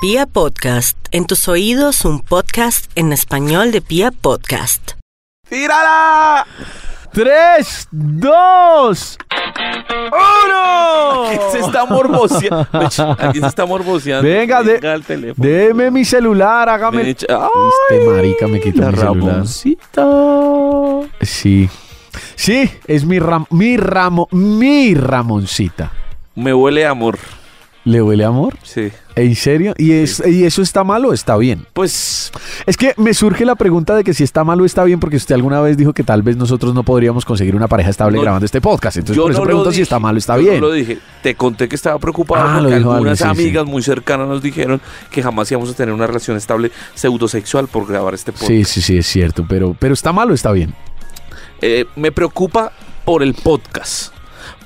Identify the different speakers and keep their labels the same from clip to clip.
Speaker 1: Pia Podcast, en tus oídos un podcast en español de Pia Podcast.
Speaker 2: ¡Tírala!
Speaker 3: ¡Tres, dos, uno!
Speaker 2: Aquí se está morboseando. Aquí se está morboseando.
Speaker 3: Venga, de-
Speaker 2: el teléfono.
Speaker 3: Deme mi celular, hágame.
Speaker 2: Echa- ¡Ay!
Speaker 3: Este marica me quitó
Speaker 2: la
Speaker 3: mi celular.
Speaker 2: Ramoncita.
Speaker 3: Sí. Sí, es mi ram, mi ramo, mi Ramoncita.
Speaker 2: Me huele a amor.
Speaker 3: ¿Le huele amor?
Speaker 2: Sí.
Speaker 3: ¿En serio? ¿Y, es, ¿Y eso está mal o está bien?
Speaker 2: Pues
Speaker 3: Es que me surge la pregunta de que si está mal o está bien, porque usted alguna vez dijo que tal vez nosotros no podríamos conseguir una pareja estable
Speaker 2: No,
Speaker 3: grabando este podcast. Entonces, por eso
Speaker 2: no lo
Speaker 3: pregunto si
Speaker 2: dije,
Speaker 3: está mal o está
Speaker 2: yo
Speaker 3: bien.
Speaker 2: No lo dije. Te conté que estaba preocupado
Speaker 3: Ah, lo
Speaker 2: porque
Speaker 3: dijo
Speaker 2: algunas
Speaker 3: alguien, sí,
Speaker 2: amigas muy cercanas nos dijeron que jamás íbamos a tener una relación estable pseudosexual por grabar este podcast.
Speaker 3: sí, sí, sí, es cierto, pero, pero está mal o está bien.
Speaker 2: Eh, me preocupa por el podcast.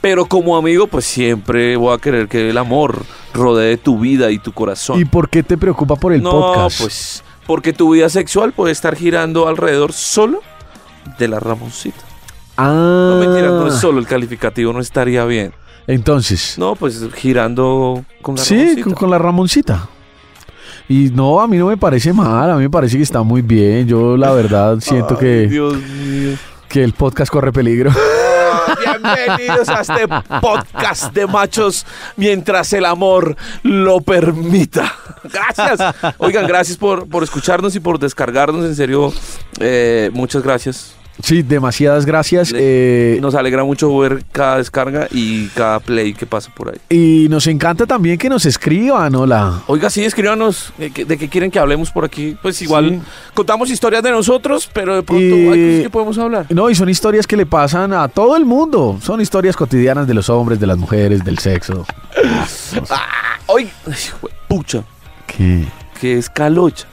Speaker 2: Pero como amigo, pues siempre voy a querer que el amor rodee tu vida y tu corazón.
Speaker 3: ¿Y por qué te preocupa por el
Speaker 2: no,
Speaker 3: podcast?
Speaker 2: pues porque tu vida sexual puede estar girando alrededor solo de la Ramoncita.
Speaker 3: Ah,
Speaker 2: No, mentira, no es solo, el calificativo no estaría bien.
Speaker 3: Entonces,
Speaker 2: No, pues girando con la
Speaker 3: sí,
Speaker 2: Ramoncita.
Speaker 3: con, con la Ramoncita. Y no, a mí no me parece mal, a mí me parece que está muy bien. Yo la verdad siento
Speaker 2: Ay,
Speaker 3: que,
Speaker 2: Dios mío.
Speaker 3: que el podcast corre peligro.
Speaker 2: Bienvenidos a este podcast de machos mientras el amor lo permita. Gracias. Oigan, gracias por, por escucharnos y por descargarnos. En serio, eh, muchas gracias.
Speaker 3: Sí, demasiadas gracias. eh,
Speaker 2: Nos alegra mucho ver cada descarga y cada play que pasa por ahí.
Speaker 3: y nos encanta también que nos escriban, hola.
Speaker 2: Oiga, sí, escríbanos eh, que- de qué quieren que hablemos por aquí. Pues igual
Speaker 3: Sí.
Speaker 2: contamos historias de nosotros, pero de pronto
Speaker 3: Y-
Speaker 2: hay cosas que podemos hablar.
Speaker 3: No, y son historias que le pasan a todo el mundo. Son historias cotidianas de los hombres, de las mujeres, del sexo.
Speaker 2: Oiga, ay, jue- pucha,
Speaker 3: ¿Qué?
Speaker 2: que es calocha.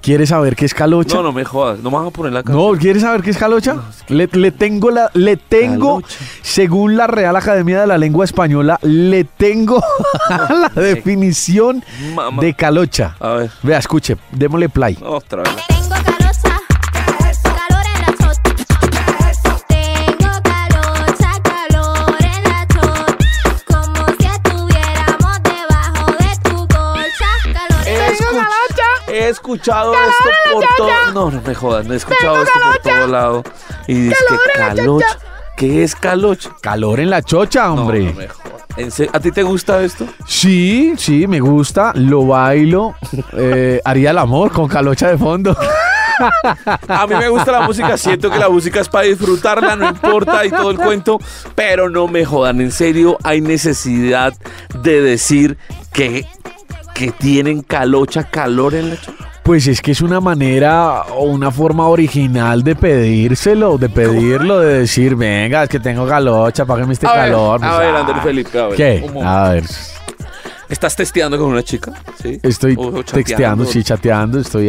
Speaker 3: ¿Quieres saber qué es calocha?
Speaker 2: No, no me jodas, no me vas a poner la cara.
Speaker 3: No, ¿quieres saber qué es calocha? Le, le tengo la, le tengo,
Speaker 2: Calocha.
Speaker 3: según la Real Academia de la Lengua Española, le tengo la definición
Speaker 2: Mamá.
Speaker 3: de calocha.
Speaker 2: A ver,
Speaker 3: Vea, escuche, démosle play.
Speaker 2: otra vez.
Speaker 4: Tengo calocha, calor en la chota. Tengo calocha, calor en la chota. Como si estuviéramos debajo de tu bolsa. Calor en la
Speaker 2: Escuch- He escuchado esto por todo. No, no me jodas, no he escuchado esto por todo lado. Y dice que calocha. ¿Qué es calocha?
Speaker 3: Calor en la chocha,
Speaker 2: No,
Speaker 3: hombre.
Speaker 2: no me jodas. ¿En serio? ¿A ti te gusta esto?
Speaker 3: Sí, sí, me gusta, lo bailo. eh, haría el amor con calocha de fondo.
Speaker 2: A mí me gusta la música, siento que la música es para disfrutarla, no importa y todo el cuento, pero no me jodan, en serio, hay necesidad de decir que, que tienen calocha, calor en la chocha.
Speaker 3: Pues es que es una manera o una forma original de pedírselo, de pedirlo, de decir, venga, es que tengo calocha, págame este
Speaker 2: A ver,
Speaker 3: calor. ah,
Speaker 2: a ver, Andrés Felipe, a ver,
Speaker 3: ¿Qué? Ah.
Speaker 2: un momento.
Speaker 3: A ver,
Speaker 2: ¿Estás testeando con una chica? ¿Sí?
Speaker 3: estoy
Speaker 2: O- o chateando,
Speaker 3: texteando, sí, chateando, estoy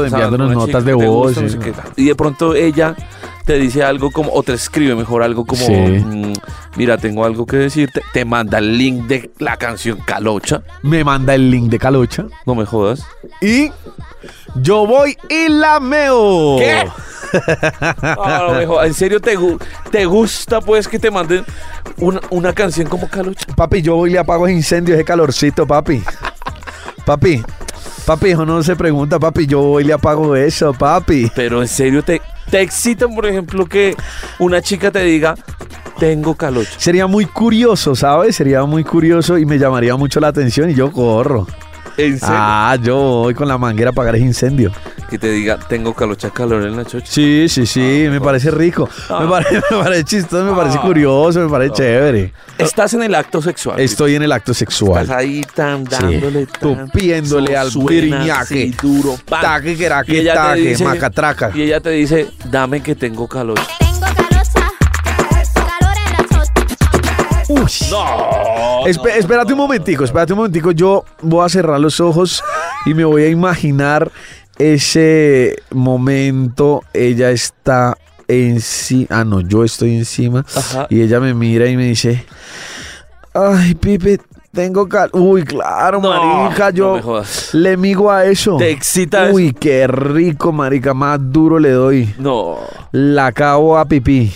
Speaker 2: o sea,
Speaker 3: enviándonos
Speaker 2: una
Speaker 3: notas
Speaker 2: chica
Speaker 3: de
Speaker 2: que te
Speaker 3: voz.
Speaker 2: gusta,
Speaker 3: eh,
Speaker 2: no sé
Speaker 3: sí.
Speaker 2: qué tal. Y de pronto ella te dice algo como, o te escribe mejor algo como,
Speaker 3: Sí.
Speaker 2: mm, mira, tengo algo que decirte, te manda el link de la canción Calocha,
Speaker 3: Me manda el link de calocha
Speaker 2: no me jodas.
Speaker 3: y yo voy y la meo.
Speaker 2: ¿Qué? No, no me jodas. Ah, ¿En serio te, gu- te gusta pues que te manden una, una canción como Calocha?
Speaker 3: Papi, yo voy y le apago ese incendio, ese calorcito, papi. Papi, papi, eso no se pregunta, papi, yo voy y le apago eso, papi.
Speaker 2: Pero en serio te, te excitan, por ejemplo, que una chica te diga, tengo Calocha.
Speaker 3: Sería muy curioso, ¿sabes? Sería muy curioso y me llamaría mucho la atención y yo corro.
Speaker 2: En serio.
Speaker 3: Ah, yo voy con la manguera a apagar ese incendio.
Speaker 2: Que te diga, tengo Calocha, calor en la chocha.
Speaker 3: Sí, sí,
Speaker 2: Ah,
Speaker 3: sí, me parece rico. Me, pare- me parece, chistoso, me parece curioso, me
Speaker 2: Ah.
Speaker 3: parece chévere.
Speaker 2: Estás en el acto sexual.
Speaker 3: Estoy en el acto
Speaker 2: Estás
Speaker 3: sexual.
Speaker 2: ahí tan dándole, tan,
Speaker 3: Tupiéndole al
Speaker 2: suena
Speaker 3: briñaque.
Speaker 2: así duro, pan.
Speaker 3: Taque, queraque,
Speaker 2: Y ella te
Speaker 3: taque,
Speaker 2: dice-
Speaker 3: macatraca.
Speaker 2: Y ella te dice, dame que tengo calocha.
Speaker 4: Tengo calocha, calor en la chota.
Speaker 3: Espe- espérate un momentico, espérate un momentico. Yo voy a cerrar los ojos y me voy a imaginar ese momento. Ella está encima. Ah, no, yo estoy encima.
Speaker 2: Ajá.
Speaker 3: Y ella me mira y me dice: Ay, Pipe, tengo cal. Uy, claro,
Speaker 2: No,
Speaker 3: marica,
Speaker 2: no
Speaker 3: yo
Speaker 2: me jodas.
Speaker 3: le migo a eso.
Speaker 2: ¿Te excita
Speaker 3: Uy, qué rico, marica. Más duro le doy.
Speaker 2: No.
Speaker 3: La acabo a pipí.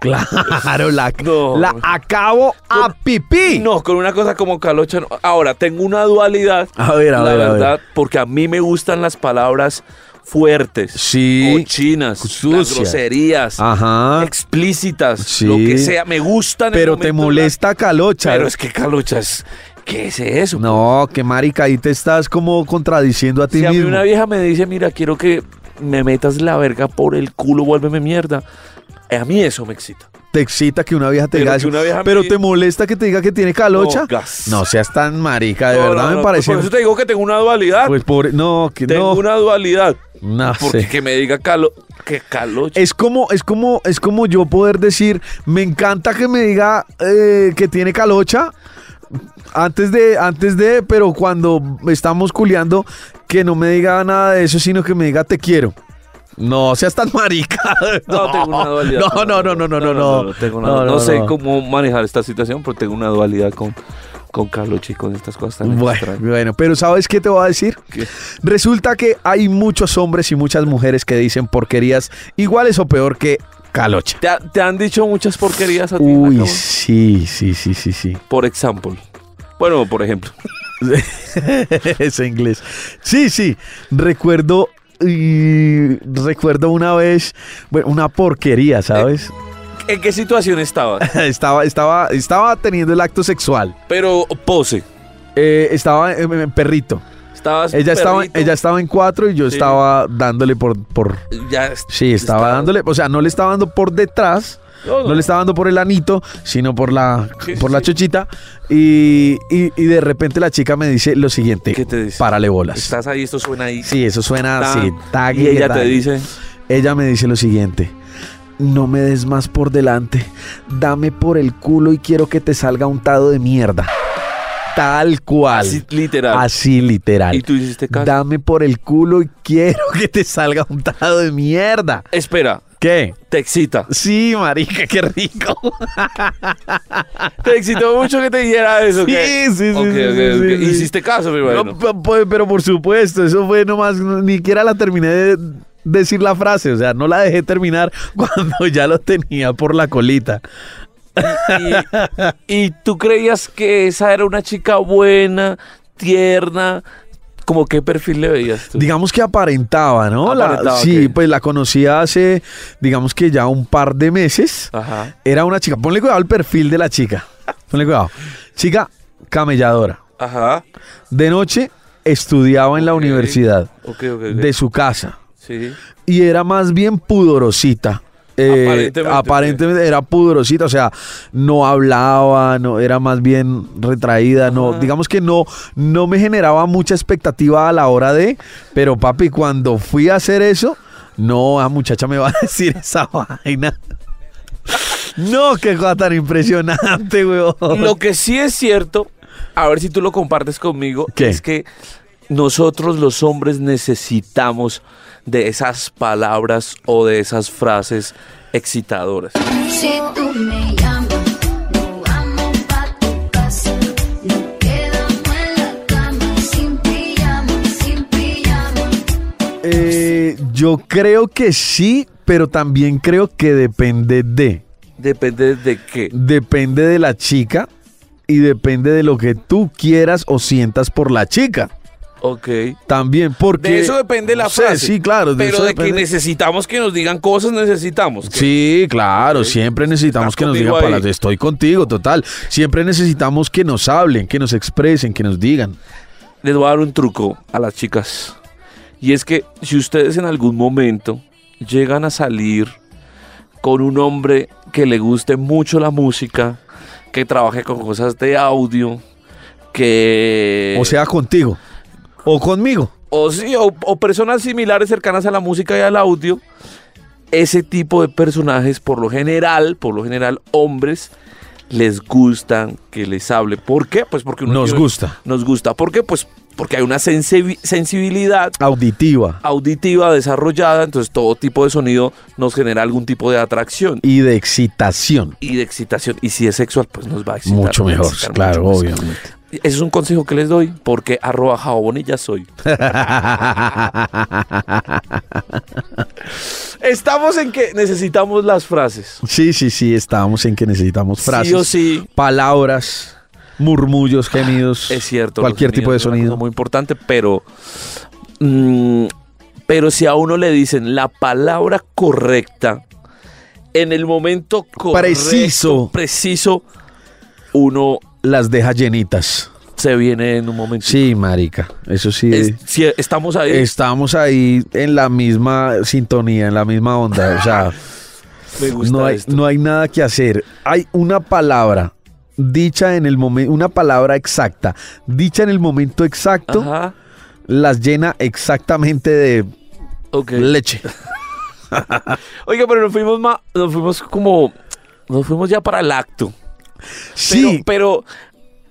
Speaker 3: Claro, la,
Speaker 2: No.
Speaker 3: la acabo a pipí.
Speaker 2: No, con una cosa como calocha. no. Ahora, tengo una dualidad.
Speaker 3: A ver, Ah, a
Speaker 2: la
Speaker 3: ver, a ver.
Speaker 2: verdad, porque a mí me gustan las palabras fuertes,
Speaker 3: Sí.
Speaker 2: cochinas, las
Speaker 3: Sucias.
Speaker 2: groserías,
Speaker 3: Ajá.
Speaker 2: explícitas,
Speaker 3: Sí.
Speaker 2: lo que sea. Me gustan. en el
Speaker 3: Pero te
Speaker 2: momento
Speaker 3: molesta
Speaker 2: la-
Speaker 3: calocha.
Speaker 2: Pero es que calochas. ¿Qué es eso?
Speaker 3: No, que marica, ahí te estás como contradiciendo a ti
Speaker 2: Si a mí
Speaker 3: mismo.
Speaker 2: una vieja me dice, mira, quiero que me metas la verga por el culo, vuélveme mierda. A mí eso me excita.
Speaker 3: Te excita que una vieja te
Speaker 2: Pero
Speaker 3: diga
Speaker 2: que
Speaker 3: eso.
Speaker 2: una vieja
Speaker 3: Pero
Speaker 2: me-
Speaker 3: te molesta que te diga que tiene calocha.
Speaker 2: No, gas.
Speaker 3: No, seas tan marica, de
Speaker 2: No, no,
Speaker 3: verdad
Speaker 2: no,
Speaker 3: me
Speaker 2: pues
Speaker 3: parece.
Speaker 2: Por eso te digo que tengo una dualidad.
Speaker 3: Pues pobre, no, que
Speaker 2: tengo
Speaker 3: no.
Speaker 2: una dualidad.
Speaker 3: No
Speaker 2: Porque
Speaker 3: sé.
Speaker 2: que me diga calo, que calocha.
Speaker 3: Es como, es como, es como yo poder decir, me encanta que me diga eh, que tiene calocha. Antes de, antes de, pero cuando estamos culeando, que no me diga nada de eso, sino que me diga te quiero. No seas tan marica.
Speaker 2: No, tengo una dualidad.
Speaker 3: No, no, no, no, no, no. No,
Speaker 2: tengo una-
Speaker 3: No,
Speaker 2: no
Speaker 3: no,
Speaker 2: sé
Speaker 3: no.
Speaker 2: cómo manejar esta situación, pero tengo una dualidad con, con Calocha y con estas cosas tan
Speaker 3: Bueno,
Speaker 2: extrañas.
Speaker 3: bueno, pero ¿sabes qué te voy a decir?
Speaker 2: ¿Qué?
Speaker 3: Resulta que hay muchos hombres y muchas mujeres que dicen porquerías iguales o peor que calocha.
Speaker 2: ¿Te, ha- te han dicho muchas porquerías a ti?
Speaker 3: Uy,
Speaker 2: Jacobo?
Speaker 3: sí, sí, sí, sí, sí.
Speaker 2: Por ejemplo. Bueno, por ejemplo.
Speaker 3: es inglés. Sí, sí. Recuerdo. y recuerdo una vez, bueno, una porquería, ¿sabes?
Speaker 2: ¿En qué situación estabas?
Speaker 3: Eh, estaba, estaba, estaba teniendo el acto sexual.
Speaker 2: Pero pose.
Speaker 3: Eh, estaba en, en perrito.
Speaker 2: Estabas
Speaker 3: Ella estaba,
Speaker 2: perrito,
Speaker 3: ella estaba en cuatro y yo
Speaker 2: Sí.
Speaker 3: estaba dándole por, por.
Speaker 2: ya est-
Speaker 3: Sí, estaba dándole. O sea, no le estaba dando por detrás.
Speaker 2: No, no.
Speaker 3: No le estaba dando por el anito, sino por la,
Speaker 2: Sí, sí,
Speaker 3: por la
Speaker 2: sí.
Speaker 3: chochita. Y, y- y de repente la chica me dice lo siguiente:
Speaker 2: ¿Qué te dice?
Speaker 3: Párale bolas.
Speaker 2: Estás ahí, esto suena ahí.
Speaker 3: Sí, eso suena
Speaker 2: Tan.
Speaker 3: así. tag
Speaker 2: y ella
Speaker 3: tag.
Speaker 2: te dice,
Speaker 3: Ella me dice lo siguiente. No me des más por delante. Dame por el culo y quiero que te salga untado de mierda. Tal cual.
Speaker 2: así
Speaker 3: Así,
Speaker 2: literal.
Speaker 3: literal.
Speaker 2: Y tú hiciste caso.
Speaker 3: Dame por el culo y quiero que te salga untado de mierda.
Speaker 2: Espera,
Speaker 3: ¿Qué?
Speaker 2: te excita.
Speaker 3: Sí, marica, qué rico.
Speaker 2: Te excitó mucho que te dijera eso.
Speaker 3: Sí,
Speaker 2: ¿qué?
Speaker 3: sí, sí,
Speaker 2: Ok,
Speaker 3: sí,
Speaker 2: ok,
Speaker 3: sí,
Speaker 2: ok.
Speaker 3: sí, sí.
Speaker 2: Hiciste caso, mi hermano.
Speaker 3: No, p- p- pero por supuesto, eso fue nomás, ni siquiera la terminé de decir la frase, o sea, no la dejé terminar cuando ya lo tenía por la colita.
Speaker 2: Y, y tú creías que esa era una chica buena, tierna. ¿Cómo qué perfil le veías tú?
Speaker 3: Digamos que aparentaba, ¿no? La-
Speaker 2: Aparentaba,
Speaker 3: sí,
Speaker 2: ok.
Speaker 3: pues la conocí hace, digamos que ya un par de meses.
Speaker 2: Ajá.
Speaker 3: Era una chica, ponle cuidado al perfil de la chica, ponle cuidado. Chica camelladora,
Speaker 2: Ajá.
Speaker 3: de noche estudiaba en la
Speaker 2: Ok.
Speaker 3: universidad,
Speaker 2: Ok, ok. ok.
Speaker 3: de su casa.
Speaker 2: Sí.
Speaker 3: y era más bien pudorosita. Eh,
Speaker 2: Aparentemente,
Speaker 3: aparentemente, era pudorosita, o sea, no hablaba, no era más bien retraída, no, digamos que no, no me generaba mucha expectativa a la hora de, pero papi, cuando fui a hacer eso, no, a muchacha me va a decir esa vaina. No, qué cosa tan impresionante, weón.
Speaker 2: Lo que sí es cierto, a ver si tú lo compartes conmigo,
Speaker 3: ¿Qué?
Speaker 2: es que nosotros los hombres necesitamos de esas palabras o de esas frases excitadoras.
Speaker 4: Si tú me llamas, no vamos pa' tu casa. Nos quedamos en la cama sin pijama, sin pijama.
Speaker 3: Eh, yo creo que sí, pero también creo que depende de.
Speaker 2: Depende de qué.
Speaker 3: depende de la chica y depende de lo que tú quieras o sientas por la chica.
Speaker 2: Ok.
Speaker 3: También, porque...
Speaker 2: De eso depende la
Speaker 3: Sí,
Speaker 2: frase.
Speaker 3: Sí, claro. de
Speaker 2: Pero
Speaker 3: eso
Speaker 2: de que
Speaker 3: depende.
Speaker 2: necesitamos que nos digan cosas, necesitamos. que-
Speaker 3: Sí, claro, siempre necesitamos
Speaker 2: Estás
Speaker 3: que nos
Speaker 2: conmigo
Speaker 3: digan
Speaker 2: ahí.
Speaker 3: palabras. Estoy contigo, total. Siempre necesitamos que nos hablen, que nos expresen, que nos digan.
Speaker 2: Les voy a dar un truco a las chicas. Y es que si ustedes en algún momento llegan a salir con un hombre que le guste mucho la música, que trabaje con cosas de audio, que...
Speaker 3: o sea, contigo. O conmigo.
Speaker 2: o, sí, o- o personas similares cercanas a la música y al audio, ese tipo de personajes, por lo general, por lo general, hombres, les gustan que les hable. ¿Por qué? Pues porque uno
Speaker 3: Nos
Speaker 2: tiene-
Speaker 3: gusta.
Speaker 2: Nos gusta. ¿Por qué? Pues porque hay una sensibi- sensibilidad
Speaker 3: Auditiva
Speaker 2: auditiva desarrollada, entonces todo tipo de sonido nos genera algún tipo de atracción
Speaker 3: y de excitación.
Speaker 2: y de excitación. Y si es sexual, pues nos va a excitar.
Speaker 3: mucho
Speaker 2: nos va a
Speaker 3: mejor,
Speaker 2: excitar
Speaker 3: claro,
Speaker 2: mucho más.
Speaker 3: obviamente.
Speaker 2: Ese es un consejo que les doy, porque arroba jabonilla soy. Estamos en que necesitamos las frases.
Speaker 3: Sí, sí, sí, estábamos en que necesitamos frases,
Speaker 2: Sí o sí.
Speaker 3: palabras, murmullos, gemidos.
Speaker 2: Es cierto. los
Speaker 3: Cualquier tipo de
Speaker 2: sonidos es una
Speaker 3: sonido.
Speaker 2: cosa Muy importante, pero. mm, pero si a uno le dicen la palabra correcta en el momento correcto,
Speaker 3: Preciso.
Speaker 2: preciso, uno
Speaker 3: Las deja llenitas.
Speaker 2: se viene en un momento.
Speaker 3: Sí, marica, eso sí. eh,
Speaker 2: Es- si estamos ahí.
Speaker 3: Estamos ahí en la misma sintonía, en la misma onda. O sea,
Speaker 2: me gusta
Speaker 3: no hay,
Speaker 2: esto.
Speaker 3: no hay nada que hacer. Hay una palabra dicha en el momento, una palabra exacta, dicha en el momento exacto,
Speaker 2: Ajá.
Speaker 3: las llena exactamente de
Speaker 2: ok.
Speaker 3: leche.
Speaker 2: Oiga, pero nos fuimos ma- nos fuimos como. Nos fuimos ya para el acto.
Speaker 3: Sí,
Speaker 2: Pero,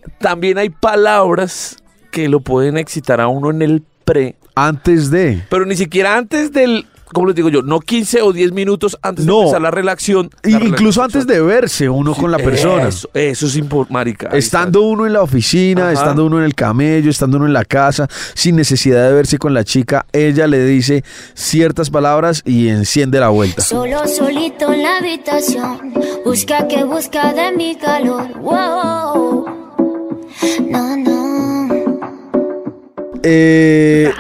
Speaker 2: pero también hay palabras que lo pueden excitar a uno en el pre.
Speaker 3: antes de.
Speaker 2: Pero ni siquiera antes del, ¿cómo les digo yo? No 15 o 10 minutos antes
Speaker 3: No.
Speaker 2: de empezar la eh, relación.
Speaker 3: I- incluso antes de verse uno con la persona.
Speaker 2: Eso, eso es importante, marica. ahí está.
Speaker 3: Estando uno en la oficina,
Speaker 2: Ajá.
Speaker 3: estando uno en el camello, estando uno en la casa, sin necesidad de verse con la chica, ella le dice ciertas palabras y enciende la vuelta.
Speaker 5: Solo solito en la habitación, busca que busca de mi calor. Wow. No, no.
Speaker 3: Eh,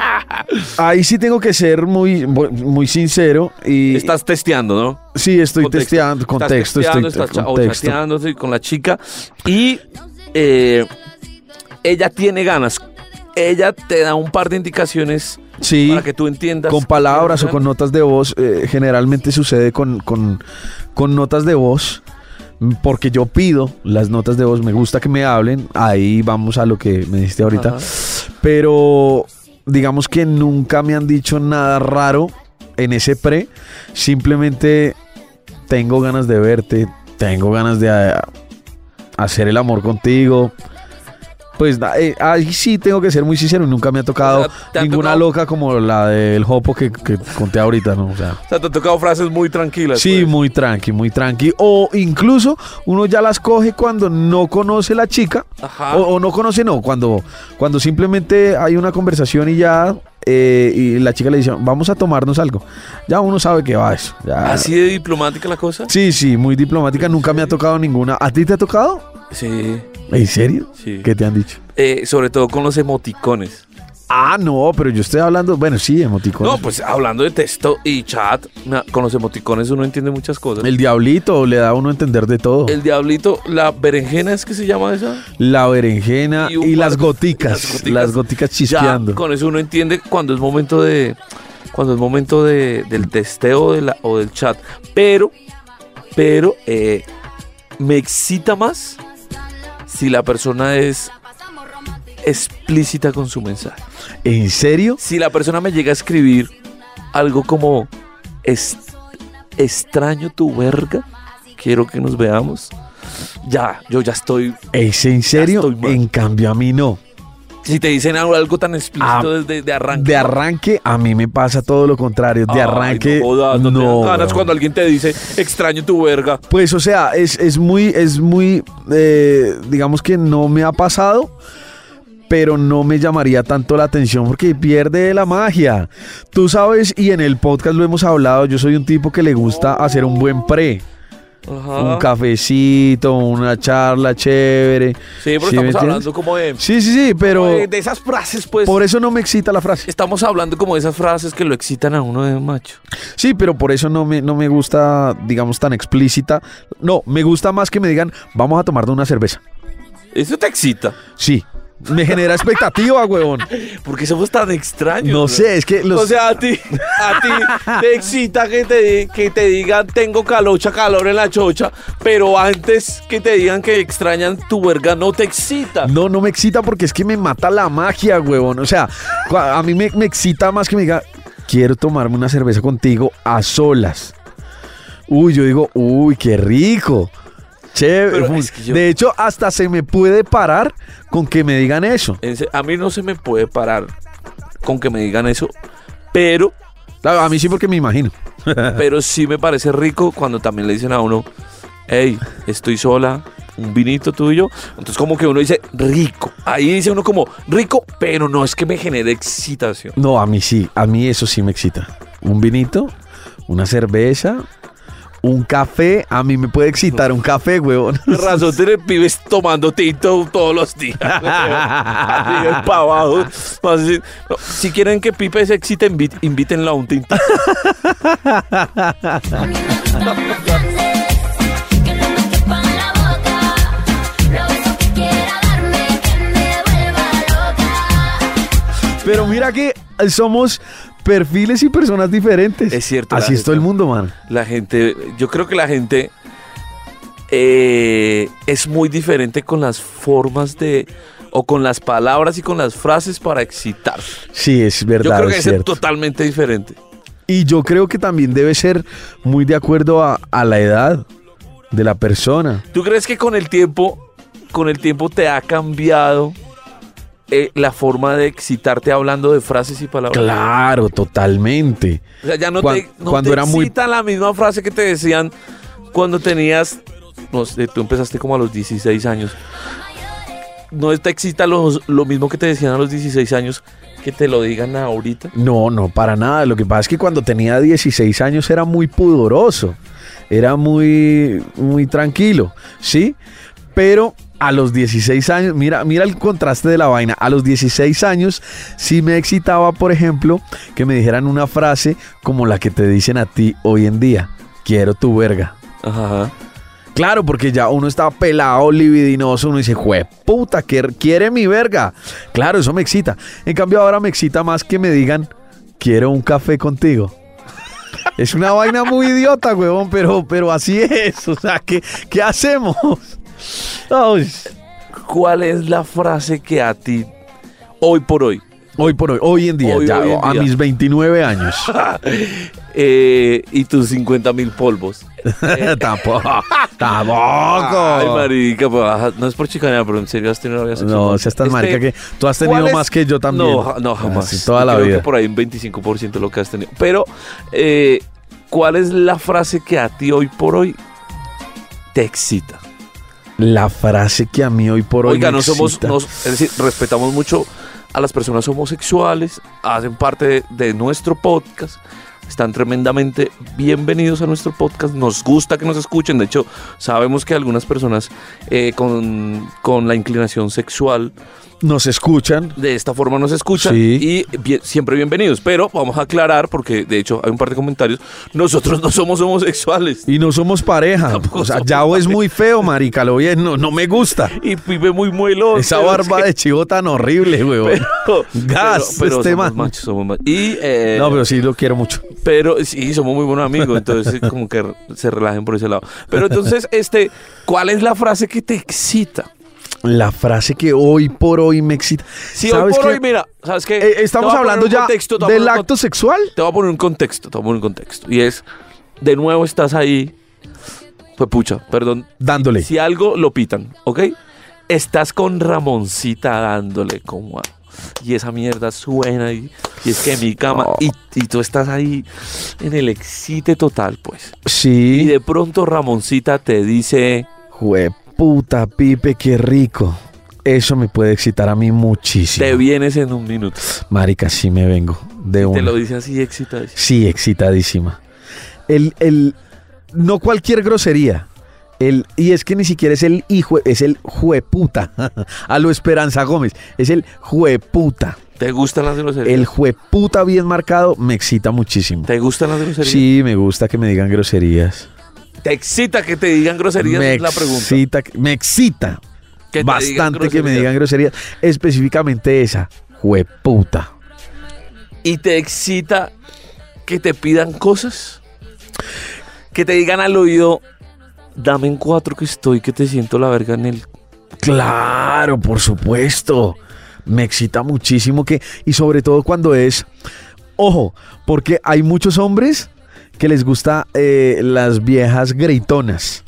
Speaker 3: ahí sí tengo que ser muy, muy sincero y
Speaker 2: Estás testeando, ¿no?
Speaker 3: sí estoy
Speaker 2: Contexto.
Speaker 3: testeando
Speaker 2: Estás
Speaker 3: contexto,
Speaker 2: testeando,
Speaker 3: estoy
Speaker 2: estás cha- o
Speaker 3: contexto.
Speaker 2: chateando sí, con la chica y eh, ella tiene ganas. Ella te da un par de indicaciones
Speaker 3: Sí.
Speaker 2: para que tú entiendas.
Speaker 3: con
Speaker 2: que
Speaker 3: palabras o
Speaker 2: tiene
Speaker 3: con
Speaker 2: ganas.
Speaker 3: notas de voz, eh, generalmente sucede con, con, con notas de voz, m, porque yo pido las notas de voz, me gusta que me hablen, ahí vamos a lo que me dijiste ahorita,
Speaker 2: Ajá.
Speaker 3: pero digamos que nunca me han dicho nada raro en ese pre, simplemente tengo ganas de verte, tengo ganas de eh, hacer el amor contigo. Pues na- eh, ahí sí tengo que ser muy sincero, nunca me ha tocado
Speaker 2: O sea, ¿te han
Speaker 3: ninguna
Speaker 2: tocado?
Speaker 3: loca como la del Jopo que, que conté ahorita, ¿no? O sea,
Speaker 2: O sea, te han tocado frases muy tranquilas.
Speaker 3: sí,
Speaker 2: pues.
Speaker 3: muy tranqui, muy tranqui. O incluso uno ya las coge cuando no conoce la chica.
Speaker 2: Ajá.
Speaker 3: O, o no conoce, no, cuando, cuando simplemente hay una conversación y ya eh, y la chica le dice, vamos a tomarnos algo. Ya uno sabe que va eso. ya.
Speaker 2: Así de diplomática la cosa.
Speaker 3: Sí, sí, muy diplomática, nunca me ha tocado ninguna. ¿A ti te ha tocado?
Speaker 2: Sí.
Speaker 3: ¿En serio?
Speaker 2: Sí.
Speaker 3: ¿Qué te han dicho?
Speaker 2: Eh, sobre todo con los emoticones.
Speaker 3: Ah, no, pero yo estoy hablando, bueno, sí, emoticones.
Speaker 2: No, pues hablando de texto y chat, na- con los emoticones uno entiende muchas cosas. El,
Speaker 3: El diablito le da a uno a entender de todo.
Speaker 2: diablito, la berenjena es que se llama esa.
Speaker 3: La berenjena
Speaker 2: un
Speaker 3: y, las
Speaker 2: par-
Speaker 3: goticas, las goticas. chispeando.
Speaker 2: Ya, con eso uno entiende cuando es momento de. Cuando es momento de- del testeo de la, o del chat. Pero, pero, eh, me excita más si la persona es explícita con su mensaje.
Speaker 3: ¿En serio?
Speaker 2: si la persona me llega a escribir algo como "Es- extraño tu verga, quiero que nos veamos, ya, yo ya estoy.
Speaker 3: ¿Es en serio?
Speaker 2: estoy mal.
Speaker 3: En cambio a mí no.
Speaker 2: Si te dicen algo, algo tan explícito
Speaker 3: Ah,
Speaker 2: desde de arranque.
Speaker 3: De arranque a mí me pasa todo lo contrario. De
Speaker 2: Ay,
Speaker 3: arranque
Speaker 2: no, jodas, no
Speaker 3: no.
Speaker 2: te dan ganas
Speaker 3: weón.
Speaker 2: cuando alguien te dice extraño tu verga.
Speaker 3: Pues o sea, es, es muy, es muy, eh, digamos que no me ha pasado, pero no me llamaría tanto la atención porque pierde la magia. Tú sabes, y en el podcast lo hemos hablado, yo soy un tipo que le gusta hacer un buen pre.
Speaker 2: Ajá.
Speaker 3: Un cafecito, una charla chévere.
Speaker 2: Sí, pero
Speaker 3: ¿Sí me
Speaker 2: estamos hablando
Speaker 3: entiendes?
Speaker 2: como de.
Speaker 3: Sí, sí, sí, pero
Speaker 2: como de- de esas frases, pues.
Speaker 3: por eso no me excita la frase.
Speaker 2: Estamos hablando como de esas frases que lo excitan a uno de macho.
Speaker 3: Sí, pero por eso no me, no me gusta, digamos, tan explícita. No, me gusta más que me digan, vamos a tomar de una cerveza.
Speaker 2: Eso te excita.
Speaker 3: Sí. Me genera expectativa, huevón.
Speaker 2: Porque somos tan extraños.
Speaker 3: No
Speaker 2: bro?
Speaker 3: sé, es que los...
Speaker 2: O sea, a ti, a ti te excita que te, di- que te digan tengo calocha, calor en la chocha, pero antes que te digan que extrañan tu verga, no te excita.
Speaker 3: no, no me excita porque es que me mata la magia, huevón. O sea, cua- a mí me, me excita más que me diga, quiero tomarme una cerveza contigo a solas. Uy, yo digo, uy, qué rico. Chévere.
Speaker 2: Pero
Speaker 3: uy.
Speaker 2: es que yo-
Speaker 3: De hecho, hasta se me puede parar con que me digan eso.
Speaker 2: En se- A mí no se me puede parar con que me digan eso, pero,
Speaker 3: Claro, A mí sí porque me imagino.
Speaker 2: pero sí me parece rico cuando también le dicen a uno, hey, estoy sola, un vinito tuyo. Entonces como que uno dice, rico. Ahí dice uno como, rico, pero no es que me genere excitación.
Speaker 3: No, a mí sí, a mí eso sí me excita. Un vinito, una cerveza, un café. A mí me puede excitar un café, huevón.
Speaker 2: Razón tiene pibes tomando tinto todos los días. Así, pa' abajo. Así, no, si quieren que Pipe se excite, invi- invítenlo a un tinto.
Speaker 5: A mí me gustan los grandes, que no me quepan la boca. Lo beso que quiera darme, que me vuelva loca.
Speaker 3: Pero mira que somos perfiles y personas diferentes.
Speaker 2: Es cierto,
Speaker 3: Así
Speaker 2: la
Speaker 3: es todo el
Speaker 2: gente.
Speaker 3: mundo, man.
Speaker 2: La gente, yo creo que la gente eh, es muy diferente con las formas de, o con las palabras y con las frases para excitarse.
Speaker 3: Sí, es verdad.
Speaker 2: Yo creo que
Speaker 3: es
Speaker 2: es
Speaker 3: cierto.
Speaker 2: totalmente diferente.
Speaker 3: Y yo creo que también debe ser muy de acuerdo a, a la edad de la persona.
Speaker 2: ¿Tú crees que con el tiempo, con el tiempo te ha cambiado eh, la forma de excitarte hablando de frases y palabras?
Speaker 3: Claro, totalmente.
Speaker 2: O sea, ya no
Speaker 3: Cuan-
Speaker 2: te, no
Speaker 3: cuando
Speaker 2: te
Speaker 3: era muy-
Speaker 2: excita la misma frase que te decían cuando tenías, no sé, tú empezaste como a los 16 años. No te excita los- lo mismo que te decían a los 16 años que te lo digan ahorita.
Speaker 3: No, no, para nada. Lo que pasa es que cuando tenía 16 años era muy pudoroso. Era muy, muy tranquilo, ¿sí? Pero a los 16 años, mira, mira el contraste de la vaina. A los 16 años sí me excitaba, por ejemplo, que me dijeran una frase como la que te dicen a ti hoy en día. Quiero tu verga.
Speaker 2: Ajá.
Speaker 3: Claro, porque ya uno está pelado, libidinoso, uno dice, jue puta, que quiere mi verga. Claro, eso me excita. En cambio, ahora me excita más que me digan, quiero un café contigo. Es una vaina muy idiota, huevón, pero, pero así es. O sea, ¿qué, qué hacemos? Ay,
Speaker 2: ¿Cuál es la frase que a ti, hoy por hoy,
Speaker 3: hoy por hoy, hoy en día,
Speaker 2: Hoy-
Speaker 3: ya
Speaker 2: hoy en
Speaker 3: a
Speaker 2: día.
Speaker 3: mis 29 años.
Speaker 2: eh, y tus 50 mil polvos?
Speaker 3: tampoco,
Speaker 2: Eh.
Speaker 3: Oh.
Speaker 2: Ay,
Speaker 3: tampoco.
Speaker 2: marica, pues, ajá, no es por chicanear, pero en serio has tenido novia sexual.
Speaker 3: No, seas tan
Speaker 2: Este,
Speaker 3: marica que tú has tenido
Speaker 2: ¿cuál es?
Speaker 3: más que yo también.
Speaker 2: No, no jamás.
Speaker 3: Así, toda la
Speaker 2: Creo
Speaker 3: vida.
Speaker 2: que por ahí un 25% lo que has tenido. Pero, eh, ¿cuál es la frase que a ti hoy por hoy te excita?
Speaker 3: La frase que a mí hoy por hoy.
Speaker 2: Oiga,
Speaker 3: me
Speaker 2: no somos,
Speaker 3: excita.
Speaker 2: nos- es decir, respetamos mucho a las personas homosexuales, hacen parte de, de nuestro podcast. Están tremendamente bienvenidos a nuestro podcast. Nos gusta que nos escuchen. De hecho, sabemos que algunas personas eh, con, con la inclinación sexual
Speaker 3: Nos escuchan.
Speaker 2: de esta forma nos escuchan
Speaker 3: Sí.
Speaker 2: y bien- siempre bienvenidos. Pero vamos a aclarar, porque de hecho hay un par de comentarios, nosotros no somos homosexuales.
Speaker 3: Y no somos pareja.
Speaker 2: Tampoco
Speaker 3: O sea,
Speaker 2: somos
Speaker 3: Yao es
Speaker 2: pareja.
Speaker 3: muy feo, marica. Lo bien, no, no me gusta.
Speaker 2: Y vive muy muelo.
Speaker 3: Esa barba de chivo tan horrible, weón. Gas, este
Speaker 2: somos
Speaker 3: man.
Speaker 2: machos, somos machos. Y, eh,
Speaker 3: No, pero sí lo quiero mucho.
Speaker 2: Pero sí, somos muy buenos amigos, entonces como que se relajen por ese lado. Pero entonces, este, ¿cuál es la frase que te excita?
Speaker 3: La frase que hoy por hoy me excita.
Speaker 2: Si hoy por
Speaker 3: qué?
Speaker 2: hoy, mira, ¿sabes qué?
Speaker 3: Eh,
Speaker 2: Te voy
Speaker 3: estamos
Speaker 2: a poner
Speaker 3: hablando
Speaker 2: un
Speaker 3: ya
Speaker 2: contexto, te voy a
Speaker 3: del
Speaker 2: poner un
Speaker 3: acto sexual.
Speaker 2: Te voy a poner un contexto, te voy a poner un contexto. Y es, de nuevo estás ahí. Pues pucha, perdón.
Speaker 3: Dándole.
Speaker 2: Si algo lo pitan, ¿ok? Estás con Ramoncita dándole como a- Y esa mierda suena y, y es que mi cama...
Speaker 3: Oh.
Speaker 2: Y, y tú estás ahí en el excite total, pues. Y
Speaker 3: Sí.
Speaker 2: de pronto Ramoncita te dice...
Speaker 3: Jueputa, Pipe, qué rico. Eso me puede excitar a mí muchísimo.
Speaker 2: Te vienes en un minuto.
Speaker 3: Marica, sí me vengo. De una.
Speaker 2: Te lo dice así, excitado.
Speaker 3: Sí, excitadísima. El, el, no cualquier grosería. El, y es que ni siquiera es el hijo, es el jueputa. A lo Esperanza Gómez. Es el jueputa.
Speaker 2: ¿Te gustan las groserías?
Speaker 3: El jueputa bien marcado me excita muchísimo.
Speaker 2: ¿Te gustan las groserías?
Speaker 3: Sí, me gusta que me digan groserías.
Speaker 2: ¿Te excita que te digan groserías?
Speaker 3: Me
Speaker 2: es la pregunta.
Speaker 3: excita, me excita
Speaker 2: Que te digan
Speaker 3: bastante que me
Speaker 2: groserías.
Speaker 3: digan groserías. Específicamente esa, jueputa.
Speaker 2: y te excita que te pidan cosas, que te digan al oído, dame en cuatro que estoy, que te siento la verga en el...
Speaker 3: Claro, por supuesto. Me excita muchísimo que, y sobre todo cuando es, ojo, porque hay muchos hombres que les gusta eh, las viejas gritonas.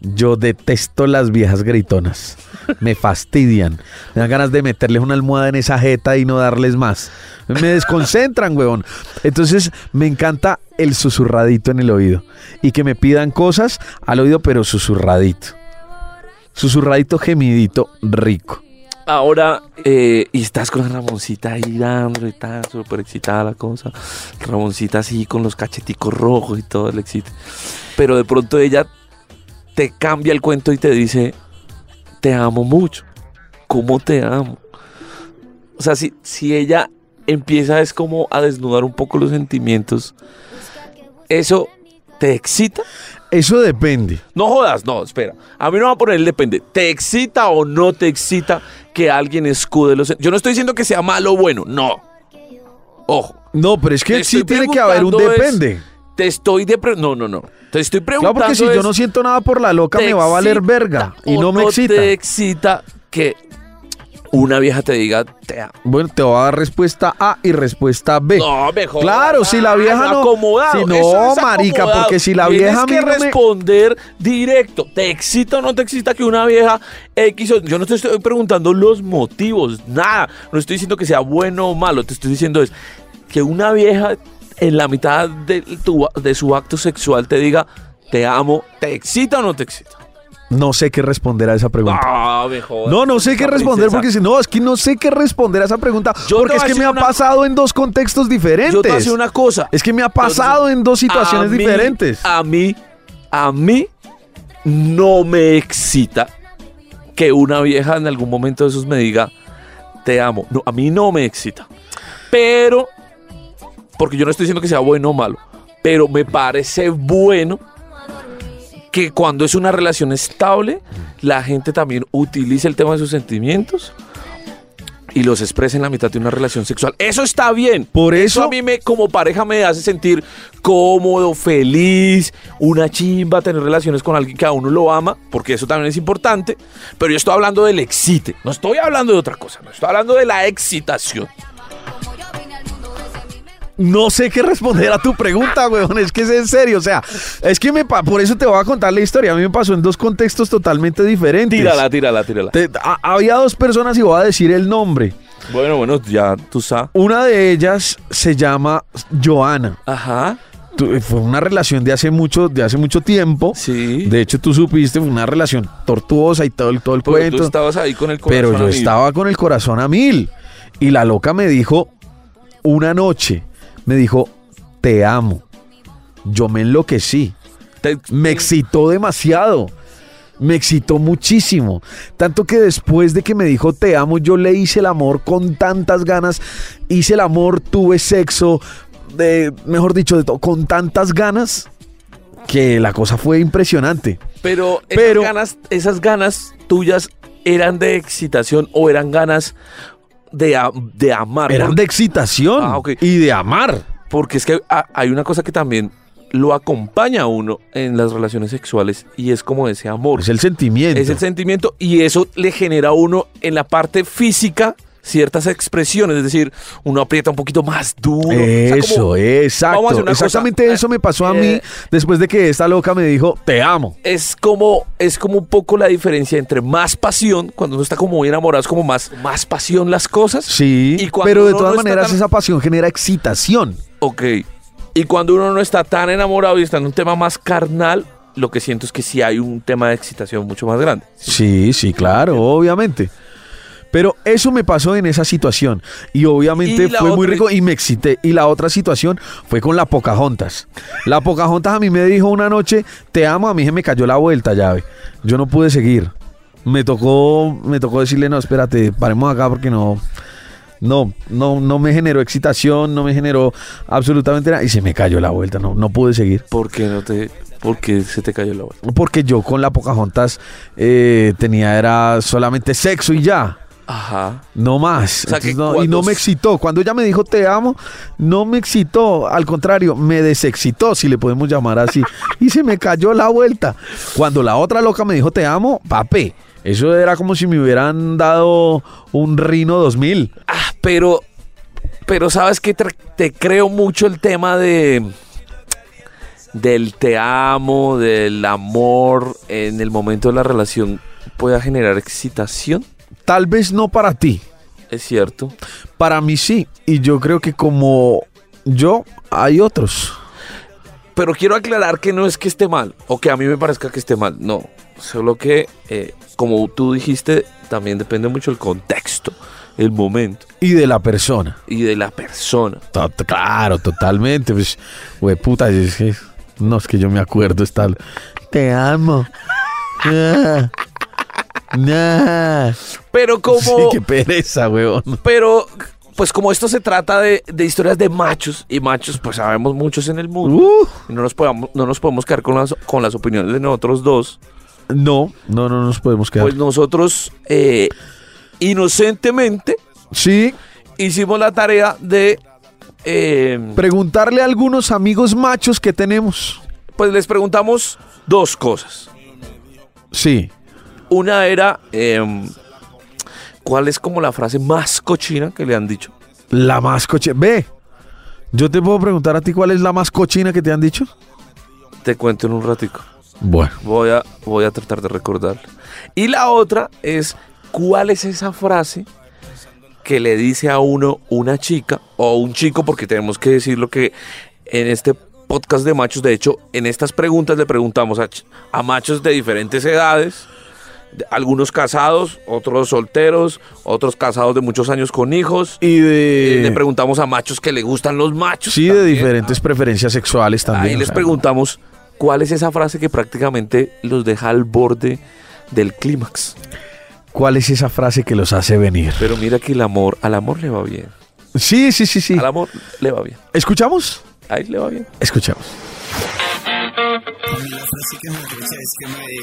Speaker 3: Yo detesto las viejas gritonas. Me fastidian. Me dan ganas de meterles una almohada en esa jeta y no darles más. Me desconcentran, weón. Entonces me encanta el susurradito en el oído. Y que me pidan cosas al oído, pero susurradito. Susurradito, gemidito, rico.
Speaker 2: ahora, eh, y estás con la Ramoncita ahí dando y tan súper excitada la cosa. Ramoncita así con los cacheticos rojos y todo el excite. Pero de pronto ella te cambia el cuento y te dice, te amo mucho. ¿Cómo te amo? O sea, si, si ella empieza es como a desnudar un poco los sentimientos, ¿eso te excita?
Speaker 3: Eso depende.
Speaker 2: No jodas, no, espera. A mí no va a poner el depende. ¿Te excita o no te excita que alguien escude los... Yo no estoy diciendo que sea malo o bueno, no. Ojo,
Speaker 3: No, pero es
Speaker 2: Te
Speaker 3: que
Speaker 2: estoy
Speaker 3: sí tiene que haber un
Speaker 2: preguntando es-
Speaker 3: depende.
Speaker 2: te estoy de... pre- No, no, no. Te estoy preguntando...
Speaker 3: Claro, porque si yo no
Speaker 2: es,
Speaker 3: siento nada por la loca,
Speaker 2: ¿te
Speaker 3: me va a valer
Speaker 2: excita
Speaker 3: verga. Y
Speaker 2: o
Speaker 3: no me excita.
Speaker 2: te excita que una vieja te diga, te amo.
Speaker 3: Bueno, te va a dar respuesta A y respuesta B.
Speaker 2: No, mejor.
Speaker 3: Claro, si la vieja no-
Speaker 2: Acomodado.
Speaker 3: si no,
Speaker 2: eso es
Speaker 3: marica,
Speaker 2: acomodado.
Speaker 3: porque si la
Speaker 2: Tienes
Speaker 3: vieja a mí
Speaker 2: que
Speaker 3: no me-
Speaker 2: responder directo. ¿Te excita o no te excita que una vieja X o- Yo no te estoy preguntando los motivos, nada. No estoy diciendo que sea bueno o malo. Te estoy diciendo es que una vieja en la mitad de, tu- de su acto sexual te diga, te amo, ¿te excita o no te excita?
Speaker 3: No sé qué responder a esa pregunta.
Speaker 2: Ah, mejor.
Speaker 3: No, no sé qué responder porque si no, es que no sé qué responder a esa pregunta.
Speaker 2: Yo
Speaker 3: porque
Speaker 2: te
Speaker 3: es
Speaker 2: voy a
Speaker 3: que me
Speaker 2: decir
Speaker 3: ha
Speaker 2: una-
Speaker 3: pasado en dos contextos diferentes.
Speaker 2: Yo te voy a decir una cosa.
Speaker 3: Es que me ha pasado en dos situaciones
Speaker 2: A mí-
Speaker 3: diferentes.
Speaker 2: A mí, a mí no me excita que una vieja en algún momento de esos me diga te amo. No, a mí no me excita. Pero, porque yo no estoy diciendo que sea bueno o malo, pero me parece bueno que cuando es una relación estable, la gente también utilice el tema de sus sentimientos y los exprese en la mitad de una relación sexual. Eso está bien.
Speaker 3: Por
Speaker 2: Eso a
Speaker 3: eso,
Speaker 2: mí me, como pareja me hace sentir cómodo, feliz, una chimba, tener relaciones con alguien que a uno lo ama, porque eso también es importante. Pero yo estoy hablando del excite, no estoy hablando de otra cosa, no estoy hablando de la excitación.
Speaker 3: no sé qué responder a tu pregunta, weón. Es que es en serio. O sea, es que me pa- por eso te voy a contar la historia. A mí me pasó en dos contextos totalmente diferentes.
Speaker 2: Tírala, tírala, tírala.
Speaker 3: Te- a- había dos personas y voy a decir el nombre.
Speaker 2: Bueno, bueno, ya tú sabes.
Speaker 3: Una de ellas se llama Joana.
Speaker 2: Ajá,
Speaker 3: Tu- Fue una relación de hace mucho, de hace mucho tiempo.
Speaker 2: sí.
Speaker 3: De hecho, tú supiste, fue una relación tortuosa y todo, el- todo el
Speaker 2: Porque tú
Speaker 3: cuento.
Speaker 2: estabas ahí con el corazón.
Speaker 3: pero yo
Speaker 2: amigo.
Speaker 3: estaba con el corazón a mil. Y la loca me dijo una noche, me dijo, te amo. Yo me enloquecí.
Speaker 2: Te-
Speaker 3: Me excitó demasiado. Me excitó muchísimo. Tanto que después de que me dijo te amo, yo le hice el amor con tantas ganas. Hice el amor, tuve sexo, de, mejor dicho, de todo, con tantas ganas que la cosa fue impresionante.
Speaker 2: Pero, esas,
Speaker 3: Pero-
Speaker 2: ganas, esas ganas tuyas eran de excitación o eran ganas de, a- de amar.
Speaker 3: Eran de excitación
Speaker 2: Ah, ok.
Speaker 3: y de amar.
Speaker 2: Porque es que ha- hay una cosa que también lo acompaña a uno en las relaciones sexuales y es como ese amor.
Speaker 3: Es el sentimiento.
Speaker 2: Es el sentimiento y eso le genera a uno en la parte física ciertas expresiones, es decir, uno aprieta un poquito más duro. O sea,
Speaker 3: Eso,
Speaker 2: como- Vamos a hacer
Speaker 3: exacto.
Speaker 2: una cosa.
Speaker 3: Exactamente eso me pasó a
Speaker 2: Eh,
Speaker 3: mí después de que esta loca me dijo, te amo.
Speaker 2: es como es como un poco la diferencia entre más pasión cuando uno está como muy enamorado es como más más pasión las cosas
Speaker 3: Sí,
Speaker 2: Y cuando
Speaker 3: pero de
Speaker 2: uno no
Speaker 3: todas
Speaker 2: está
Speaker 3: maneras
Speaker 2: tan-
Speaker 3: esa pasión genera excitación.
Speaker 2: Ok. Y cuando uno no está tan enamorado y está en un tema más carnal, lo que siento es que sí hay un tema de excitación mucho más grande.
Speaker 3: Sí, sí, claro, obviamente. Pero eso me pasó en esa situación y obviamente
Speaker 2: Y la
Speaker 3: fue muy
Speaker 2: otra-
Speaker 3: rico y me excité. Y la otra situación fue con la Pocahontas. La Pocahontas a mí me dijo una noche, te amo, a mí se me cayó la vuelta, llave. Yo no pude seguir. Me tocó, me tocó decirle, no, espérate, paremos acá porque no, no, no, no me generó excitación, no me generó absolutamente nada. Y se me cayó la vuelta, no, no pude seguir.
Speaker 2: ¿Por qué no te.? Porque se te cayó la bola.
Speaker 3: Porque yo con la Pocahontas eh, tenía, era solamente sexo y ya.
Speaker 2: Ajá.
Speaker 3: No más.
Speaker 2: O sea, que
Speaker 3: Entonces, no- y
Speaker 2: cuando
Speaker 3: no
Speaker 2: s-
Speaker 3: me excitó. Cuando ella me dijo te amo, no me excitó. Al contrario, me desexcitó, si le podemos llamar así. y se me cayó la vuelta. Cuando la otra loca me dijo te amo, papi. Eso era como si me hubieran dado un Rino 2000.
Speaker 2: Ah, pero. Pero sabes que te, te creo mucho el tema de. Del te amo, del amor en el momento de la relación pueda generar excitación.
Speaker 3: Tal vez no para ti.
Speaker 2: Es cierto.
Speaker 3: Para mí sí. Y yo creo que como yo, hay otros.
Speaker 2: Pero quiero aclarar que no es que esté mal o que a mí me parezca que esté mal. No. Solo que, eh, como tú dijiste, también depende mucho el contexto, el momento
Speaker 3: Y de la persona.
Speaker 2: y de la persona.
Speaker 3: To- to- Claro, totalmente. Pues, güey, puta, es que- no, es que yo me acuerdo esta. Te amo. Ah. Nah.
Speaker 2: Pero como...
Speaker 3: Sí, qué pereza, weón.
Speaker 2: Pero, pues como esto se trata de, de historias de machos, y machos, pues sabemos muchos en el mundo,
Speaker 3: Uh,
Speaker 2: y no nos, podamos, no nos podemos quedar con las, con las opiniones de nosotros dos,
Speaker 3: no, no, no nos podemos quedar.
Speaker 2: pues nosotros eh, inocentemente
Speaker 3: sí,
Speaker 2: hicimos la tarea de... eh,
Speaker 3: preguntarle a algunos amigos machos que tenemos.
Speaker 2: pues les preguntamos dos cosas.
Speaker 3: Sí.
Speaker 2: Una era, em, ¿cuál es como la frase más cochina que le han dicho?
Speaker 3: La más cochina. Ve, yo te puedo preguntar a ti cuál es la más cochina que te han dicho.
Speaker 2: Te cuento en un ratico.
Speaker 3: Bueno.
Speaker 2: Voy a, voy a tratar de recordarla. Y la otra es, ¿cuál es esa frase que le dice a uno una chica o un chico? Porque tenemos que decir lo que en este podcast de machos, de hecho, en estas preguntas le preguntamos a, ch- a machos de diferentes edades, de- algunos casados, otros solteros, otros casados de muchos años con hijos.
Speaker 3: Y
Speaker 2: Eh,
Speaker 3: de...
Speaker 2: le preguntamos a machos que le gustan los machos.
Speaker 3: sí, de
Speaker 2: también.
Speaker 3: diferentes preferencias sexuales también.
Speaker 2: Ahí
Speaker 3: o
Speaker 2: les
Speaker 3: sea,
Speaker 2: preguntamos cuál es esa frase que prácticamente los deja al borde del clímax.
Speaker 3: ¿Cuál es esa frase que los hace venir?
Speaker 2: Pero mira que el amor, al amor le va bien.
Speaker 3: Sí, sí, sí, sí.
Speaker 2: Al amor le va bien.
Speaker 3: ¿Escuchamos?
Speaker 2: Ahí le va bien.
Speaker 3: Escuchamos.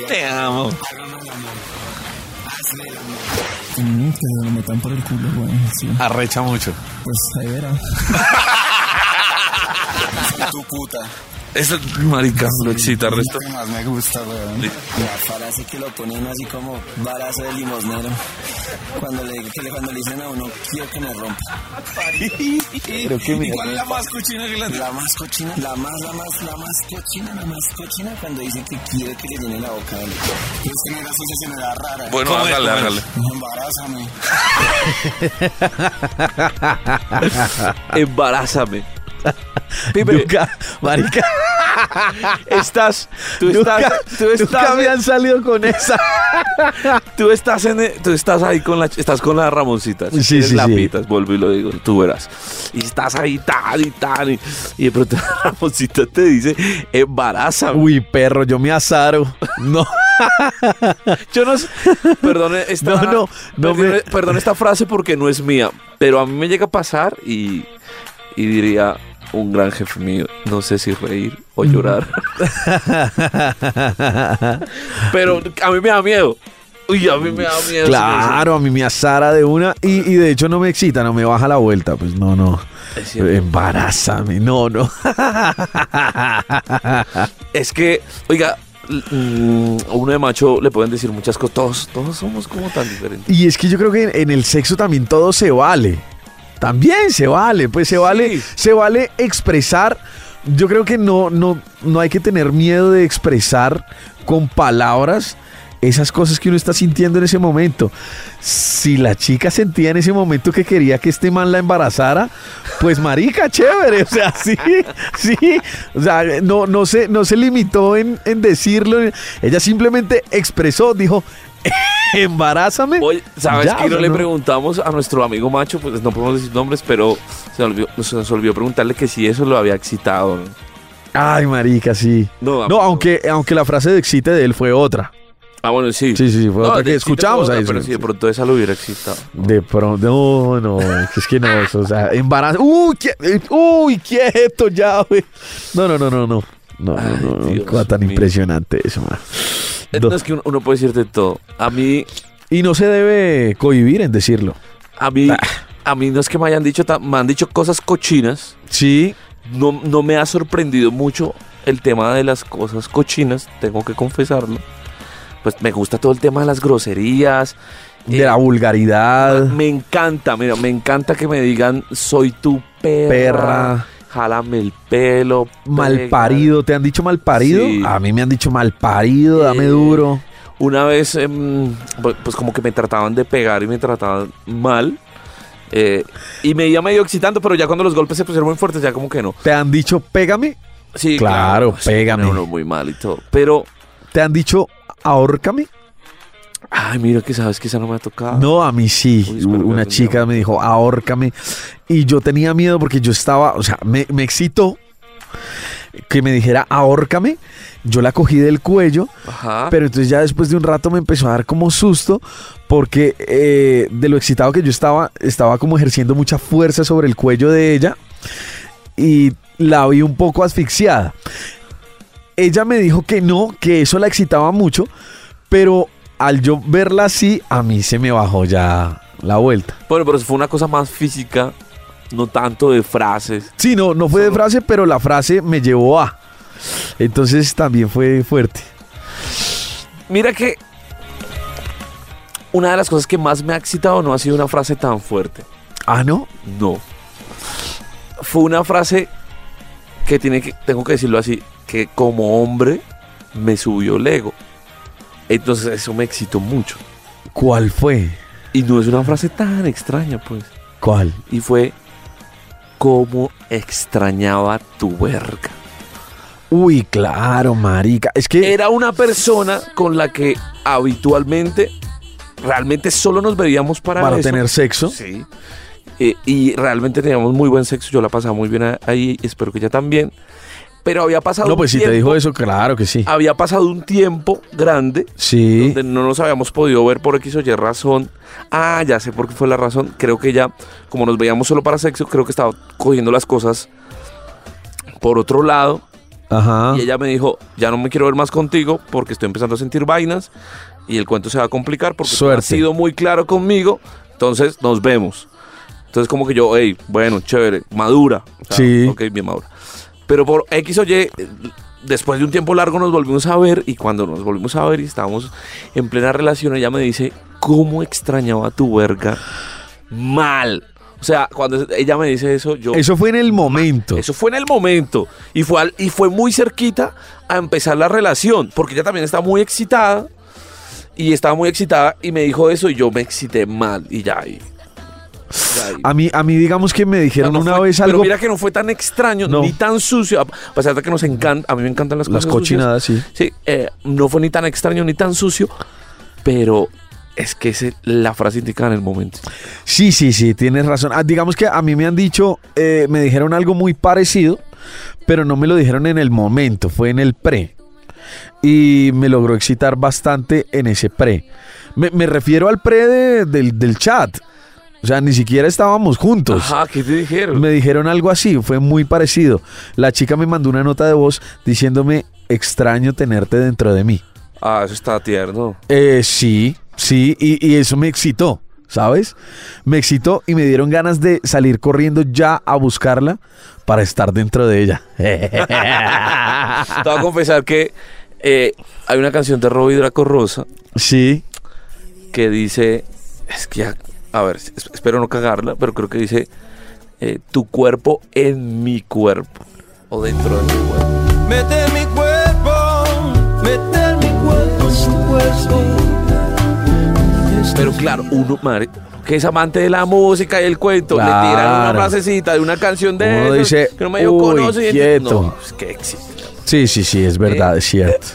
Speaker 2: Te amo.
Speaker 6: Mm, que se lo metan por el culo, güey. Sí,
Speaker 7: Arrecha mucho.
Speaker 6: pues ahí verá.
Speaker 7: Tu puta.
Speaker 2: Esa marica lo excita el resto.
Speaker 7: que más me gusta, weón.
Speaker 6: La frase que lo ponen así como balazo de limosnero. Cuando le, que le- cuando le dicen a uno, quiero que me rompa. Pero que me
Speaker 7: ¿Cuál es la más cochina que la
Speaker 6: La más cochina, la más, la más, la más cochina, la más cochina cuando dicen que quiere que le llene la boca. ¿vale?
Speaker 7: Es que mira, sí se me da rara.
Speaker 2: Bueno, hágale, hágale.
Speaker 7: Embarázame.
Speaker 2: Embarázame. Pipe,
Speaker 3: Nunca, marica,
Speaker 2: estás, tú
Speaker 3: nunca,
Speaker 2: estás, tú
Speaker 3: nunca
Speaker 2: estás,
Speaker 3: habían salido con esa.
Speaker 2: tú estás en, e, tú estás ahí con la, estás con la Ramoncita. Si
Speaker 3: Sí,
Speaker 2: quieres
Speaker 3: sí,
Speaker 2: la
Speaker 3: sí.
Speaker 2: pitas, vuelvo y lo digo, tú verás. Y estás ahí tan y tan y, y de pronto la Ramoncita te dice, embarázame.
Speaker 3: Uy, perro, yo me azaro. No,
Speaker 2: Yo no sé. Perdón, esta,
Speaker 3: No, no, no
Speaker 2: perdón,
Speaker 3: me-
Speaker 2: perdón esta frase porque no es mía, pero a mí me llega a pasar y, y diría un gran jefe mío, no sé si reír o
Speaker 3: Mm.
Speaker 2: llorar. pero a mí me da miedo. Uy, a mí me da miedo.
Speaker 3: claro, a mí me azara de una y, y de hecho no me excita, no me baja la vuelta. Pues no, no.
Speaker 2: Es, cierto.
Speaker 3: Embarázame, no, no.
Speaker 2: Es que, oiga, l- mm, a uno de macho le pueden decir muchas cosas. Todos, todos somos como tan diferentes.
Speaker 3: Y es que yo creo que en el sexo también todo se vale. También se vale, pues se vale,
Speaker 2: Sí.
Speaker 3: se vale expresar. Yo creo que no, no, no hay que tener miedo de expresar con palabras esas cosas que uno está sintiendo en ese momento. Si la chica sentía en ese momento que quería que este man la embarazara, pues marica, chévere. O sea, sí, sí. O sea, no, no, se, no se limitó en, en decirlo. Ella simplemente expresó, dijo, embarázame.
Speaker 2: Oye, ¿sabes
Speaker 3: Ya,
Speaker 2: que
Speaker 3: o
Speaker 2: no
Speaker 3: sea,
Speaker 2: le preguntamos a nuestro amigo macho? Pues no podemos decir nombres, pero se nos olvidó, se nos olvidó preguntarle que si eso lo había excitado. ¿no?
Speaker 3: Ay, marica, sí.
Speaker 2: No,
Speaker 3: No,
Speaker 2: ah,
Speaker 3: aunque, aunque la frase de excite de él fue otra.
Speaker 2: Ah, bueno, sí.
Speaker 3: Sí, sí, sí, fue
Speaker 2: No,
Speaker 3: otra
Speaker 2: de-
Speaker 3: que
Speaker 2: sí te
Speaker 3: escuchamos
Speaker 2: puedo
Speaker 3: ahí.
Speaker 2: dar, Pero si de pronto esa lo hubiera excitado.
Speaker 3: De pronto, no, no, es que no, eso, o sea, embarazo. Uy, quie- eh, uy, quieto ya, güey. No, no, no, no, no. No, no,
Speaker 2: Ay,
Speaker 3: no, no,
Speaker 2: Dios
Speaker 3: cosa tan
Speaker 2: mío.
Speaker 3: impresionante eso, man.
Speaker 2: Eh,
Speaker 3: Do-
Speaker 2: no, es que uno, uno puede decir de todo. A mí,
Speaker 3: Y no se debe cohibir en decirlo.
Speaker 2: a mí,
Speaker 3: Ah.
Speaker 2: a mí no es que me hayan dicho, tan- me han dicho cosas cochinas.
Speaker 3: Sí,
Speaker 2: No, no me ha sorprendido mucho el tema de las cosas cochinas, tengo que confesarlo. Pues me gusta todo el tema de las groserías.
Speaker 3: de
Speaker 2: eh, ah,
Speaker 3: la vulgaridad,
Speaker 2: Me encanta, mira, me encanta que me digan soy tu perra.
Speaker 3: perra,
Speaker 2: Jálame el pelo.
Speaker 3: malparido. ¿Te han dicho malparido?
Speaker 2: Sí.
Speaker 3: A mí me han dicho malparido, dame
Speaker 2: Eh,
Speaker 3: duro.
Speaker 2: pega". Una vez, em, pu- pues como que me trataban de pegar y me trataban mal. eh, y me iba medio excitando, pero ya cuando los golpes se pusieron muy fuertes, ya como que no.
Speaker 3: ¿Te han dicho pégame?
Speaker 2: Sí,
Speaker 3: Claro,
Speaker 2: pues, se
Speaker 3: pégame.
Speaker 2: pone uno muy mal y todo. Pero
Speaker 3: ¿Te han dicho ahórcame.
Speaker 2: Ay, mira que sabes que esa no me ha tocado.
Speaker 3: No, a mí sí.
Speaker 2: Ah. Uy, espero que
Speaker 3: Una
Speaker 2: no se
Speaker 3: chica me dijo, ahórcame. Y yo tenía miedo porque yo estaba, o sea, me, me excitó que me dijera, ahórcame. Yo la cogí del cuello,
Speaker 2: Ajá.
Speaker 3: pero entonces ya después de un rato me empezó a dar como susto porque eh, de lo excitado que yo estaba, estaba como ejerciendo mucha fuerza sobre el cuello de ella y la vi un poco asfixiada. Ella me dijo que no, que eso la excitaba mucho, pero al yo verla así, a mí se me bajó ya la vuelta.
Speaker 2: Bueno, pero fue una cosa más física, no tanto de frases.
Speaker 3: Sí, no, no fue de frase, pero la frase me llevó a. Entonces también fue fuerte.
Speaker 2: Mira que una de las cosas que más me ha excitado no ha sido una frase tan fuerte.
Speaker 3: Ah, no.
Speaker 2: No. Fue una frase que, tiene que tengo que decirlo así, que como hombre me subió el ego. Entonces eso me excitó mucho.
Speaker 3: ¿Cuál fue?
Speaker 2: Y no es una frase tan extraña, pues.
Speaker 3: ¿Cuál?
Speaker 2: Y fue, ¿cómo extrañaba tu verga?
Speaker 3: Uy, claro, marica. Es que
Speaker 2: Era una persona con la que habitualmente, realmente solo nos veíamos para,
Speaker 3: para
Speaker 2: eso.
Speaker 3: tener sexo.
Speaker 2: Sí. Eh, y realmente teníamos muy buen sexo. Yo la pasaba muy bien a- ahí. Espero que ella también. Pero había pasado.
Speaker 3: No,
Speaker 2: un
Speaker 3: pues si te
Speaker 2: tiempo-
Speaker 3: dijo eso, claro que sí.
Speaker 2: Había pasado un tiempo grande
Speaker 3: Sí.
Speaker 2: donde no nos habíamos podido ver por X o Y razón. Ah, ya sé por qué fue la razón. Creo que ya, como nos veíamos solo para sexo, creo que estaba cogiendo las cosas por otro lado.
Speaker 3: Ajá.
Speaker 2: Y ella me dijo, ya no me quiero ver más contigo porque estoy empezando a sentir vainas y el cuento se va a complicar porque tú has
Speaker 3: Suerte.
Speaker 2: sido muy claro conmigo, entonces nos vemos. Entonces como que yo, hey, bueno, chévere, madura. O sea,
Speaker 3: Sí.
Speaker 2: Ok, bien madura. Pero por X o Y, eh, después de un tiempo largo nos volvimos a ver y cuando nos volvimos a ver y estábamos en plena relación, ella me dice, ¿cómo extrañaba tu verga? Mal. O sea, cuando ella me dice eso, yo...
Speaker 3: Eso fue en el momento.
Speaker 2: Eso fue en el momento y fue, al- y fue muy cerquita a empezar la relación, porque ella también está muy excitada y estaba muy excitada y me dijo eso y yo me excité mal y ya ahí. ya ahí.
Speaker 3: A mí, a mí digamos que me
Speaker 2: O sea,
Speaker 3: dijeron
Speaker 2: no
Speaker 3: una
Speaker 2: fue-
Speaker 3: vez
Speaker 2: Pero
Speaker 3: algo.
Speaker 2: mira que no fue tan extraño
Speaker 3: No.
Speaker 2: ni tan sucio, a a pesar de que nos encanta, a mí me encantan las,
Speaker 3: Las
Speaker 2: cosas sucias.
Speaker 3: cochinadas, sí.
Speaker 2: Sí, eh, no fue ni tan extraño ni tan sucio, pero es que ese- la frase indicada en el momento.
Speaker 3: Sí, sí, sí, tienes razón. Ah, digamos que a mí me han dicho, eh, me dijeron algo muy parecido, pero no me lo dijeron en el momento, fue en el pre. Y me logró excitar bastante en ese pre. Me, me refiero al pre de- del, del chat. O sea, ni siquiera estábamos juntos.
Speaker 2: Ajá, ¿qué te dijeron?
Speaker 3: Me dijeron algo así, fue muy parecido. La chica me mandó una nota de voz diciéndome, extraño tenerte dentro de mí.
Speaker 2: Ah, eso está tierno.
Speaker 3: Eh, sí, sí, y, y eso me excitó, ¿sabes? Me excitó y me dieron ganas de salir corriendo ya a buscarla para estar dentro de ella.
Speaker 2: Te voy a confesar que eh, hay una canción de Robbie Draco Rosa
Speaker 3: sí,
Speaker 2: que dice, es que ya, a ver, es- espero no cagarla, pero creo que dice, eh, tu cuerpo en mi cuerpo o dentro de mi cuerpo.
Speaker 6: Mete mi cuerpo, mete mi cuerpo en su cuerpo.
Speaker 2: Pero claro, uno, madre, uno que es amante de la música y el cuento, le tiran una
Speaker 3: Claro.
Speaker 2: frasecita de una canción de
Speaker 3: Uno
Speaker 2: esas
Speaker 3: dice,
Speaker 2: que no medio
Speaker 3: "Uy,
Speaker 2: conoce", y
Speaker 3: quieto.
Speaker 2: No, es que existe.
Speaker 3: sí, sí, sí, es verdad, es cierto.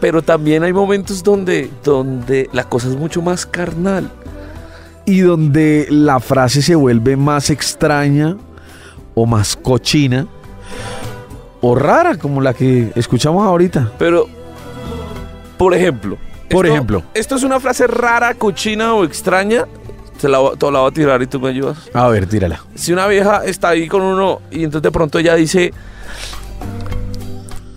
Speaker 2: Pero también hay momentos donde, donde la cosa es mucho más carnal.
Speaker 3: Y donde la frase se vuelve más extraña o más cochina o rara como la que escuchamos ahorita.
Speaker 2: Pero, por ejemplo.
Speaker 3: Por ejemplo.
Speaker 2: Esto es una frase rara, cochina o extraña. Te la, vo- te la voy a tirar y tú me ayudas.
Speaker 3: A ver, tírala.
Speaker 2: Si una vieja está ahí con uno y entonces de pronto ella dice,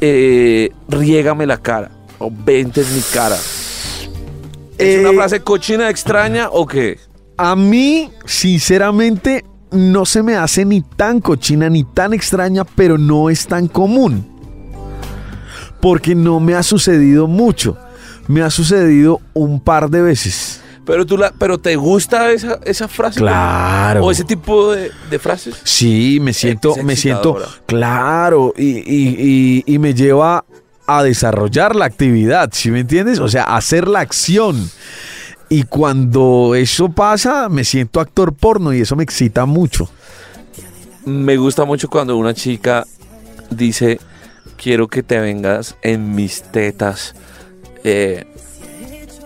Speaker 2: eh, riégame la cara o vente en mi cara. ¿Es una
Speaker 3: Eh,
Speaker 2: frase cochina, extraña o qué?
Speaker 3: A mí, sinceramente, no se me hace ni tan cochina ni tan extraña, pero no es tan común. Porque no me ha sucedido mucho. Me ha sucedido un par de veces.
Speaker 2: Pero, tú la, pero te gusta esa, esa frase.
Speaker 3: Claro.
Speaker 2: O ese tipo de, de frases.
Speaker 3: Sí, me siento,
Speaker 2: Es
Speaker 3: me siento,
Speaker 2: excitadora.
Speaker 3: claro, y, y- y- y me lleva a desarrollar la actividad, ¿sí me entiendes? O sea, a hacer la acción. Y cuando eso pasa, me siento actor porno y eso me excita mucho.
Speaker 2: Me gusta mucho cuando una chica dice, quiero que te vengas en mis tetas. eh,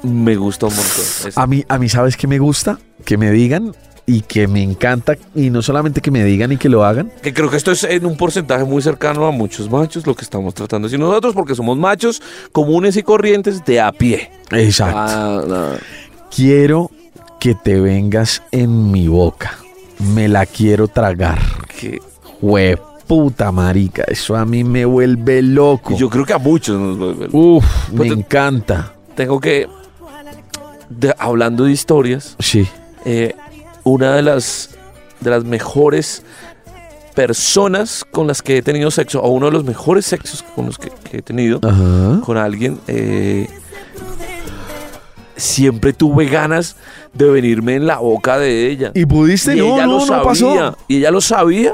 Speaker 2: me gusta un montón. Es-
Speaker 3: A mí, a mí, ¿sabes qué me gusta? Que me digan y que me encanta. Y no solamente que me digan y que lo hagan.
Speaker 2: que creo que esto es en un porcentaje muy cercano a muchos machos lo que estamos tratando. Si nosotros, porque somos machos comunes y corrientes de a pie.
Speaker 3: Exacto.
Speaker 2: Ah, no.
Speaker 3: Quiero que te vengas en mi boca. Me la quiero tragar.
Speaker 2: Que-
Speaker 3: Jue puta marica. Eso a mí me vuelve loco.
Speaker 2: y yo creo que a muchos nos vuelve loco.
Speaker 3: Uf, me
Speaker 2: Pues te-
Speaker 3: encanta.
Speaker 2: Tengo que, de- hablando de historias,
Speaker 3: Sí.
Speaker 2: eh, una de las, de las mejores personas con las que he tenido sexo, o uno de los mejores sexos con los que, que he tenido,
Speaker 3: Ajá.
Speaker 2: con alguien, eh, siempre tuve ganas de venirme en la boca de ella.
Speaker 3: ¿Y pudiste?
Speaker 2: Y
Speaker 3: no,
Speaker 2: ella
Speaker 3: no,
Speaker 2: lo
Speaker 3: no
Speaker 2: sabía,
Speaker 3: pasó.
Speaker 2: Y ella lo sabía,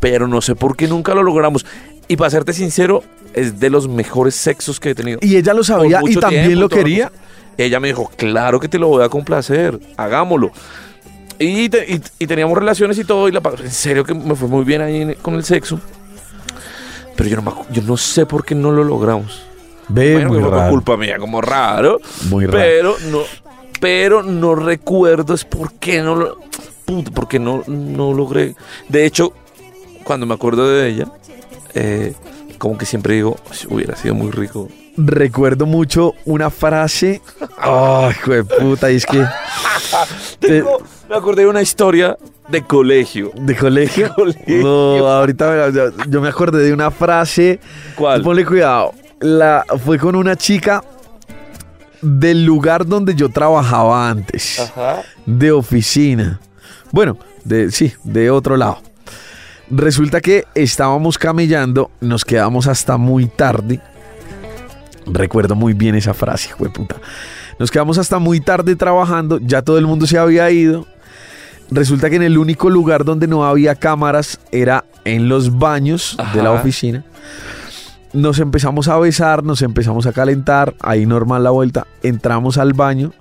Speaker 2: pero no sé por qué nunca lo logramos. Y para serte sincero, es de los mejores sexos que he tenido.
Speaker 3: Y ella lo
Speaker 2: Por
Speaker 3: sabía y
Speaker 2: mucho
Speaker 3: también
Speaker 2: tiempo,
Speaker 3: lo
Speaker 2: toda la
Speaker 3: quería.
Speaker 2: cosa. Ella me dijo, claro que te lo voy a complacer, hagámoslo. Y, te- y- y teníamos relaciones y todo, y la, pa- en serio que me fue muy bien ahí en- con el sexo. Pero yo no, me acu- yo no sé por qué no lo logramos.
Speaker 3: Ve,
Speaker 2: Bueno,
Speaker 3: muy
Speaker 2: que fue por
Speaker 3: raro.
Speaker 2: culpa mía, como raro.
Speaker 3: Muy raro.
Speaker 2: Pero no, pero no recuerdo es por qué no lo. puta, porque no, no logré. De hecho, cuando me acuerdo de ella, eh, como que siempre digo, "Uy, hubiera sido muy rico.
Speaker 3: Recuerdo mucho una frase. Ay, jue puta. Y es que Te-
Speaker 2: Tengo- me acordé de una historia de colegio.
Speaker 3: de colegio.
Speaker 2: Colegio.
Speaker 3: No, ahorita me- yo, yo me acordé de una frase.
Speaker 2: ¿Cuál?
Speaker 3: Ponle cuidado. La, fue con una chica del lugar donde yo trabajaba antes.
Speaker 2: Ajá.
Speaker 3: de oficina. Bueno, de, sí, de otro lado. Resulta que estábamos camellando, nos quedamos hasta muy tarde. Recuerdo muy bien esa frase, puta. Nos quedamos hasta muy tarde trabajando, ya todo el mundo se había ido. Resulta que en el único lugar donde no había cámaras era en los baños de la
Speaker 2: Ajá.
Speaker 3: oficina. Nos empezamos a besar, nos empezamos a calentar, ahí normal la vuelta, entramos al baño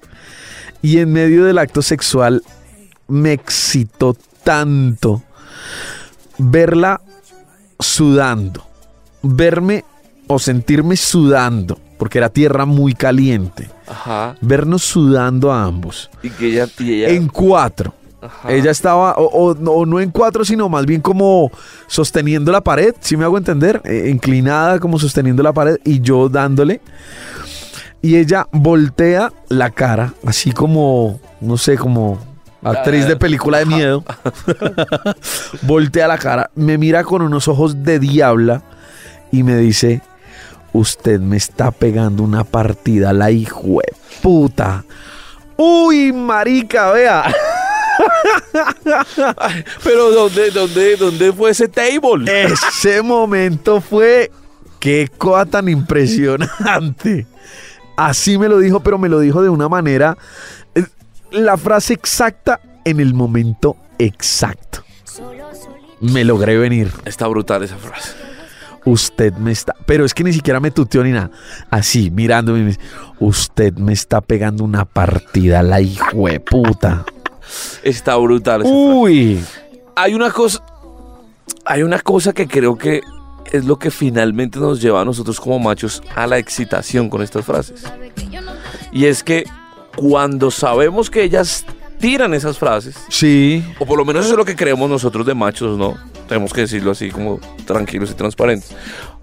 Speaker 3: y en medio del acto sexual me excitó tanto verla sudando, verme o sentirme sudando, porque era tierra muy caliente,
Speaker 2: Ajá.
Speaker 3: vernos sudando a ambos,
Speaker 2: Y que ella. y ella-
Speaker 3: en cuatro.
Speaker 2: ajá.
Speaker 3: Ella estaba, o, o no- o no en cuatro, sino más bien como sosteniendo la pared, si me hago entender, eh, inclinada como sosteniendo la pared y yo dándole. Y ella voltea la cara, así como, no sé, como actriz de película de miedo. voltea la cara, me mira con unos ojos de diabla y me dice, usted me está pegando una partida, la hijo puta. Uy, marica, vea.
Speaker 2: Ay, pero ¿dónde, dónde, ¿dónde fue ese table?
Speaker 3: Ese momento fue. Qué cosa tan impresionante. Así me lo dijo, pero me lo dijo de una manera. eh, La frase exacta en el momento exacto. Me logré venir.
Speaker 2: Está brutal esa frase.
Speaker 3: Usted me está. Pero es que ni siquiera me tuteó ni nada. Así, mirándome. me dice, Usted me está pegando una partida, la hijo de puta.
Speaker 2: Está brutal esa frase.
Speaker 3: Uy.
Speaker 2: hay una cosa hay una cosa que creo que es lo que finalmente nos lleva a nosotros como machos a la excitación con estas frases. Y es que cuando sabemos que ellas tiran esas frases,
Speaker 3: Sí.
Speaker 2: o por lo menos eso es lo que creemos nosotros de machos, ¿no? Tenemos que decirlo así como tranquilos y transparentes.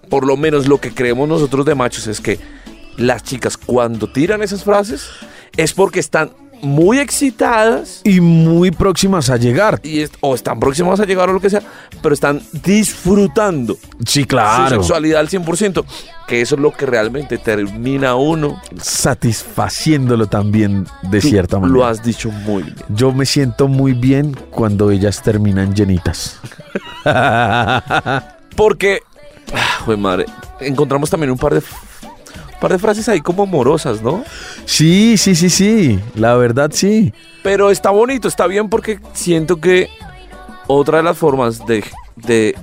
Speaker 2: Por lo menos lo que creemos nosotros de machos es que las chicas cuando tiran esas frases es porque están muy excitadas
Speaker 3: Y muy próximas a llegar.
Speaker 2: y est- o están próximos a llegar o lo que sea, pero están disfrutando
Speaker 3: Sí,
Speaker 2: su
Speaker 3: claro.
Speaker 2: sexualidad al 100%, que eso es lo que realmente termina uno.
Speaker 3: satisfaciéndolo también de
Speaker 2: Tú
Speaker 3: cierta manera.
Speaker 2: Lo has dicho muy bien.
Speaker 3: Yo me siento muy bien cuando ellas terminan llenitas.
Speaker 2: Porque, ah, jue madre, encontramos también un par de un par de frases ahí como amorosas, ¿no?
Speaker 3: Sí, sí, sí, sí. La verdad, sí.
Speaker 2: Pero está bonito, está bien porque siento que otra de las formas de, de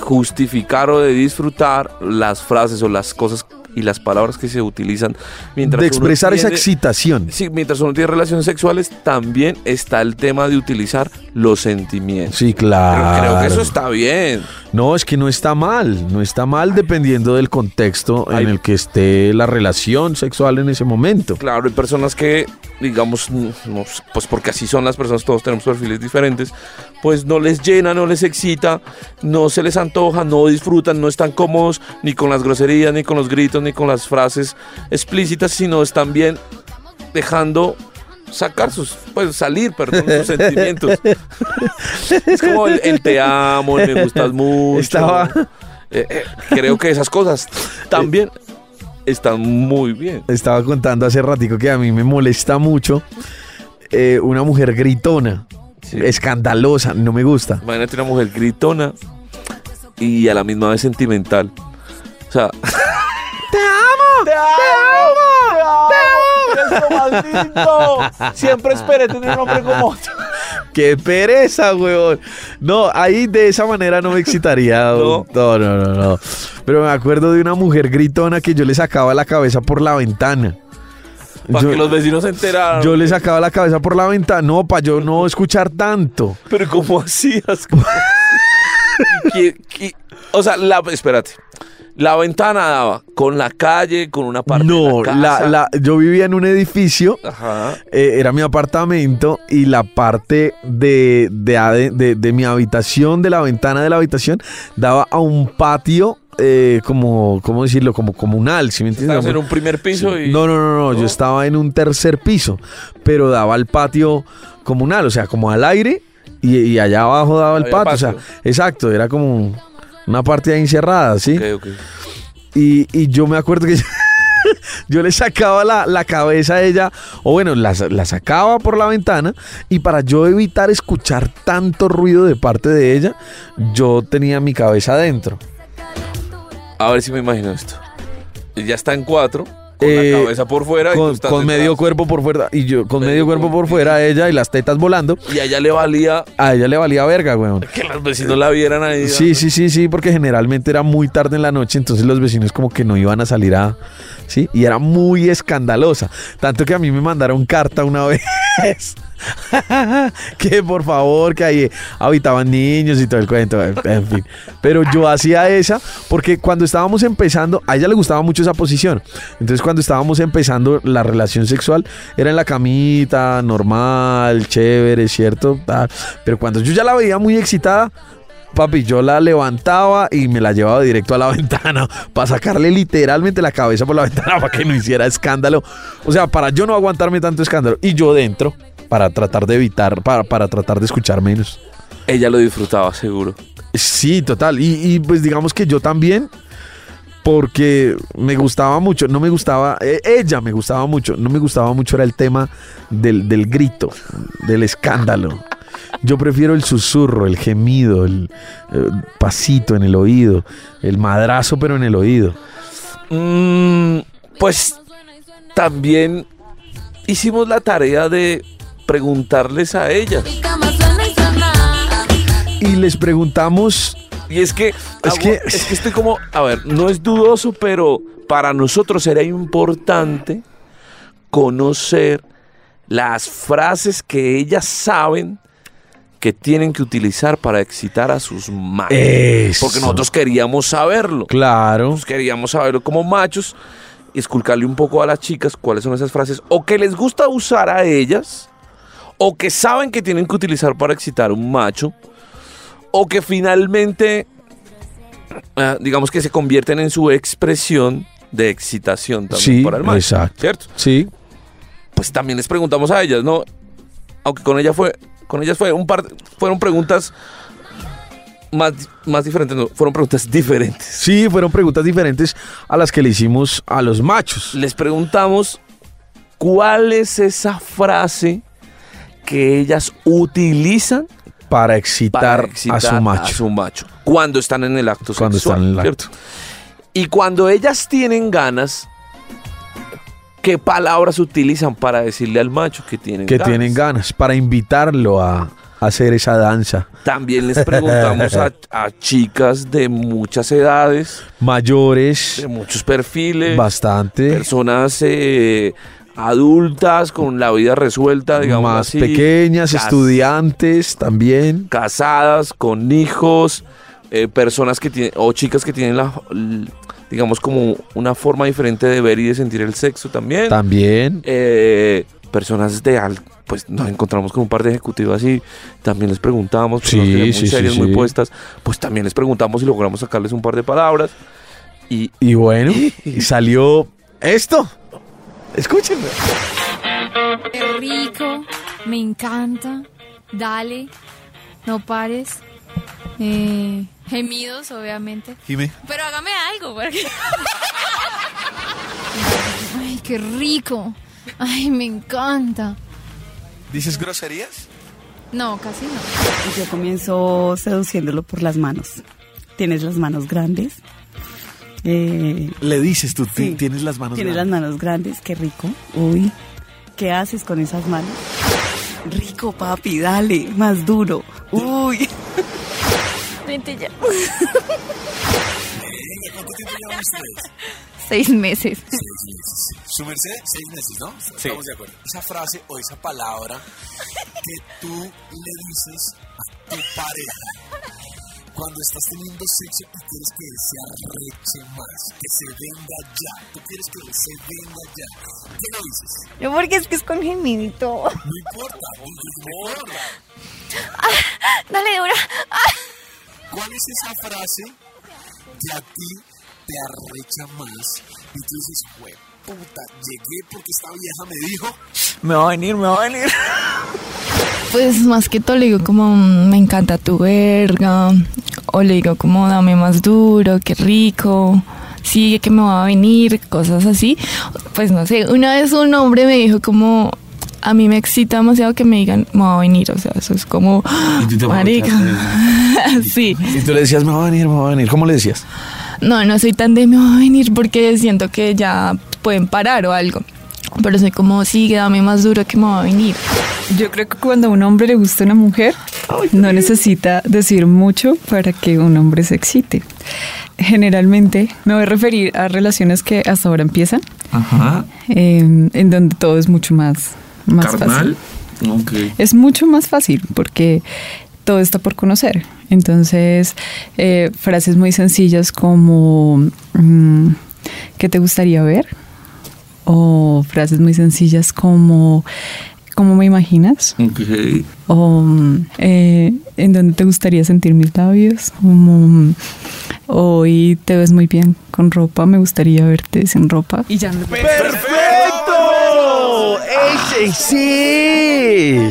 Speaker 2: justificar o de disfrutar las frases o las cosas y las palabras que se utilizan mientras
Speaker 3: de
Speaker 2: uno
Speaker 3: expresar esa
Speaker 2: tiene-
Speaker 3: excitación.
Speaker 2: Sí, mientras uno tiene relaciones sexuales, también está el tema de utilizar los sentimientos.
Speaker 3: Sí, claro.
Speaker 2: Pero creo que eso está bien.
Speaker 3: No, es que no está mal, no está mal dependiendo del contexto
Speaker 2: Ay.
Speaker 3: en el que esté la relación sexual en ese momento.
Speaker 2: Claro, hay personas que, digamos, no- no sé, pues porque así son las personas, todos tenemos perfiles diferentes, pues no les llena, no les excita, no se les antoja, no disfrutan, no están cómodos ni con las groserías, ni con los gritos, ni con las frases explícitas, sino están bien dejando sacar sus, pues salir, perdón, sus sentimientos. es como el, el te amo, el me gustas mucho.
Speaker 3: Estaba-
Speaker 2: Eh, eh, creo que esas cosas también están muy bien.
Speaker 3: Estaba contando hace ratico que a mí me molesta mucho eh, una mujer gritona,
Speaker 2: Sí.
Speaker 3: escandalosa, no me gusta.
Speaker 2: Imagínate una mujer gritona y a la misma vez sentimental. O sea,
Speaker 7: Siempre esperé tener un hombre como otro.
Speaker 3: ¡Qué pereza, weón! No, ahí de esa manera no me excitaría.
Speaker 2: No.
Speaker 3: weón. No, no, no, no. Pero me acuerdo de una mujer gritona que yo le sacaba la cabeza por la ventana.
Speaker 2: para
Speaker 3: Yo-
Speaker 2: que los vecinos se enteraran.
Speaker 3: Yo le sacaba la cabeza por la ventana, no, para yo no escuchar tanto.
Speaker 2: Pero ¿cómo hacías? ¿Cómo hacías? ¿Qué- qué? O sea, la, espérate. La ventana daba con la calle, con una parte de
Speaker 3: No,
Speaker 2: la casa.
Speaker 3: la, la, yo vivía en un edificio,
Speaker 2: Ajá.
Speaker 3: eh, era mi apartamento y la parte de, de, ade- de- de mi habitación, de la ventana de la habitación, daba a un patio eh, como, ¿cómo decirlo? Como comunal, ¿sí me entiendes?
Speaker 2: Estabas en un primer piso y...
Speaker 3: No, no, no, no, yo estaba en un tercer piso, pero daba al patio comunal, o sea, como al aire y, y allá abajo daba el
Speaker 2: Había
Speaker 3: patio, o sea,
Speaker 2: patio.
Speaker 3: exacto, era como una parte ahí encerrada, ¿sí?
Speaker 2: Ok, ok.
Speaker 3: Y, y yo me acuerdo que yo, yo le sacaba la, la cabeza a ella, o bueno, la, sa- la sacaba por la ventana, y para yo evitar escuchar tanto ruido de parte de ella, yo tenía mi cabeza adentro.
Speaker 2: A ver si me imagino esto. Ya está en cuatro, con
Speaker 3: Eh,
Speaker 2: la cabeza por fuera. y tú
Speaker 3: Con,
Speaker 2: estás
Speaker 3: con
Speaker 2: detrás.
Speaker 3: medio cuerpo por fuera, y yo con medio cuerpo por fuera ella y las tetas volando.
Speaker 2: Y allá le valía
Speaker 3: A ella le valía verga, weón.
Speaker 2: que los vecinos la vieran ahí.
Speaker 3: Sí, sí, sí, sí, porque generalmente era muy tarde en la noche, entonces los vecinos como que no iban a salir a... Sí, y era muy escandalosa. Tanto que a mí me mandaron carta una vez. que por favor, que ahí habitaban niños y todo el cuento, en- en fin. Pero yo hacía esa porque cuando estábamos empezando, a ella le gustaba mucho esa posición. Entonces cuando estábamos empezando la relación sexual, era en la camita, normal, chévere, ¿cierto? Tal. Pero cuando yo ya la veía muy excitada, Papi, yo la levantaba y me la llevaba directo a la ventana para sacarle literalmente la cabeza por la ventana para que no hiciera escándalo. O sea, para yo no aguantarme tanto escándalo. Y yo dentro, para tratar de evitar, para, para tratar de escuchar menos.
Speaker 2: Ella lo disfrutaba, seguro.
Speaker 3: Sí, total. Y, y, pues digamos que yo también, porque me gustaba mucho, no me gustaba, eh, ella me gustaba mucho, no me gustaba mucho era el tema del, del grito, del escándalo. Yo prefiero el susurro, el gemido, el, eh, pasito en el oído, el madrazo pero en el oído.
Speaker 2: Mm, pues también hicimos la tarea de preguntarles a ellas.
Speaker 5: Cama suena y suena.
Speaker 3: Y les preguntamos,
Speaker 2: Y es que, es,
Speaker 3: que-
Speaker 2: es que estoy como, a ver, no es dudoso, pero para nosotros era importante conocer las frases que ellas saben que tienen que utilizar para excitar a sus madres.
Speaker 3: Eso.
Speaker 2: Porque nosotros queríamos saberlo.
Speaker 3: claro,
Speaker 2: Pues queríamos saberlo como machos, esculcarle un poco a las chicas cuáles son esas frases o que les gusta usar a ellas, o que saben que tienen que utilizar para excitar a un macho, o que finalmente, eh, digamos que se convierten en su expresión de excitación también
Speaker 3: Sí,
Speaker 2: para el macho.
Speaker 3: exacto.
Speaker 2: ¿Cierto?
Speaker 3: sí,
Speaker 2: Pues también les preguntamos a ellas, ¿no? Aunque con ella fue, con ellas fue un par, fueron preguntas más, más diferentes, no, fueron preguntas diferentes.
Speaker 3: sí, fueron preguntas diferentes a las que le hicimos a los machos.
Speaker 2: les preguntamos cuál es esa frase que ellas utilizan
Speaker 3: para excitar,
Speaker 2: para excitar
Speaker 3: a su macho.
Speaker 2: macho, cuando están en el acto
Speaker 3: Cuando
Speaker 2: sexual,
Speaker 3: están en el
Speaker 2: ¿cierto? Y cuando ellas tienen ganas, ¿qué palabras utilizan para decirle al macho que tienen
Speaker 3: que
Speaker 2: ganas?
Speaker 3: tienen ganas, para invitarlo a hacer esa danza.
Speaker 2: También les preguntamos a, a chicas de muchas edades,
Speaker 3: Mayores,
Speaker 2: de muchos perfiles,
Speaker 3: bastante.
Speaker 2: personas eh, adultas, con la vida resuelta, digamos.
Speaker 3: Más
Speaker 2: así,
Speaker 3: pequeñas,
Speaker 2: cas-
Speaker 3: estudiantes también.
Speaker 2: Casadas, con hijos, eh, personas que tienen, o chicas que tienen la, l- digamos, como una forma diferente de ver y de sentir el sexo también.
Speaker 3: También.
Speaker 2: Eh, personas de al pues nos encontramos con un par de ejecutivas y también les preguntamos, personas
Speaker 3: Sí,
Speaker 2: que eran muy
Speaker 3: sí, sí,
Speaker 2: serias, muy
Speaker 3: sí.
Speaker 2: puestas, pues también les preguntamos y logramos sacarles un par de palabras. Y
Speaker 3: Y bueno, y salió esto. Escúchenme.
Speaker 8: Qué rico, me encanta. Dale, no pares. Eh, gemidos, obviamente.
Speaker 3: Jime.
Speaker 8: Pero hágame algo, porque. Ay, qué rico. Ay, me encanta.
Speaker 6: ¿Dices groserías?
Speaker 8: No, casi no.
Speaker 9: Y Yo comienzo seduciéndolo por las manos. Tienes las manos grandes. Eh,
Speaker 3: Le dices tú,
Speaker 9: Sí.
Speaker 3: tienes las manos
Speaker 9: tienes las manos grandes, qué rico. Uy, ¿qué haces con esas manos? Rico, papi, dale, más duro. Uy.
Speaker 8: Vente ya. Seis meses.
Speaker 6: Su merced, seis meses, ¿no? Estamos de acuerdo. Esa frase o esa palabra que tú le dices a tu pareja cuando estás teniendo sexo y quieres que se arreche más, que se venga ya. Tú quieres que se venga ya. ¿Qué le dices?
Speaker 10: No, porque es que es con gemidito.
Speaker 6: No importa, no importa.
Speaker 10: Dale dura.
Speaker 6: ¿Cuál es esa frase que a ti te arrecha más y tú dices, güey, puta, llegué porque esta vieja me dijo?
Speaker 3: Me va a venir, me va a venir.
Speaker 8: Pues más que todo le digo como "Mm, me encanta tu verga o le digo como dame más duro, qué rico, sigue que me va a venir, cosas así. Pues no sé, una vez un hombre me dijo como a mí me excita demasiado que me digan me va a venir, o sea, eso es como marica. sí.
Speaker 3: Y tú le decías, me va a venir, me va a venir. ¿Cómo le decías?
Speaker 8: No, no soy tan de me va a venir porque siento que ya pueden parar o algo. Pero soy como sigue, dame más duro que me va a venir.
Speaker 11: Yo creo que cuando a un hombre le gusta una mujer, no necesita decir mucho para que un hombre se excite. Generalmente me voy a referir a relaciones que hasta ahora empiezan,
Speaker 2: Ajá.
Speaker 11: eh, en donde todo es mucho más, más fácil. Es mucho más fácil porque todo está por conocer. Entonces, eh, frases muy sencillas como mm, ¿qué te gustaría ver? O frases muy sencillas como ¿cómo me imaginas?
Speaker 2: Ok.
Speaker 11: o mm, eh, en dónde te gustaría sentir mis labios, como mm, hoy te ves muy bien con ropa, me gustaría verte sin ropa. Y ya no
Speaker 3: ¡Perfecto! ¡Ese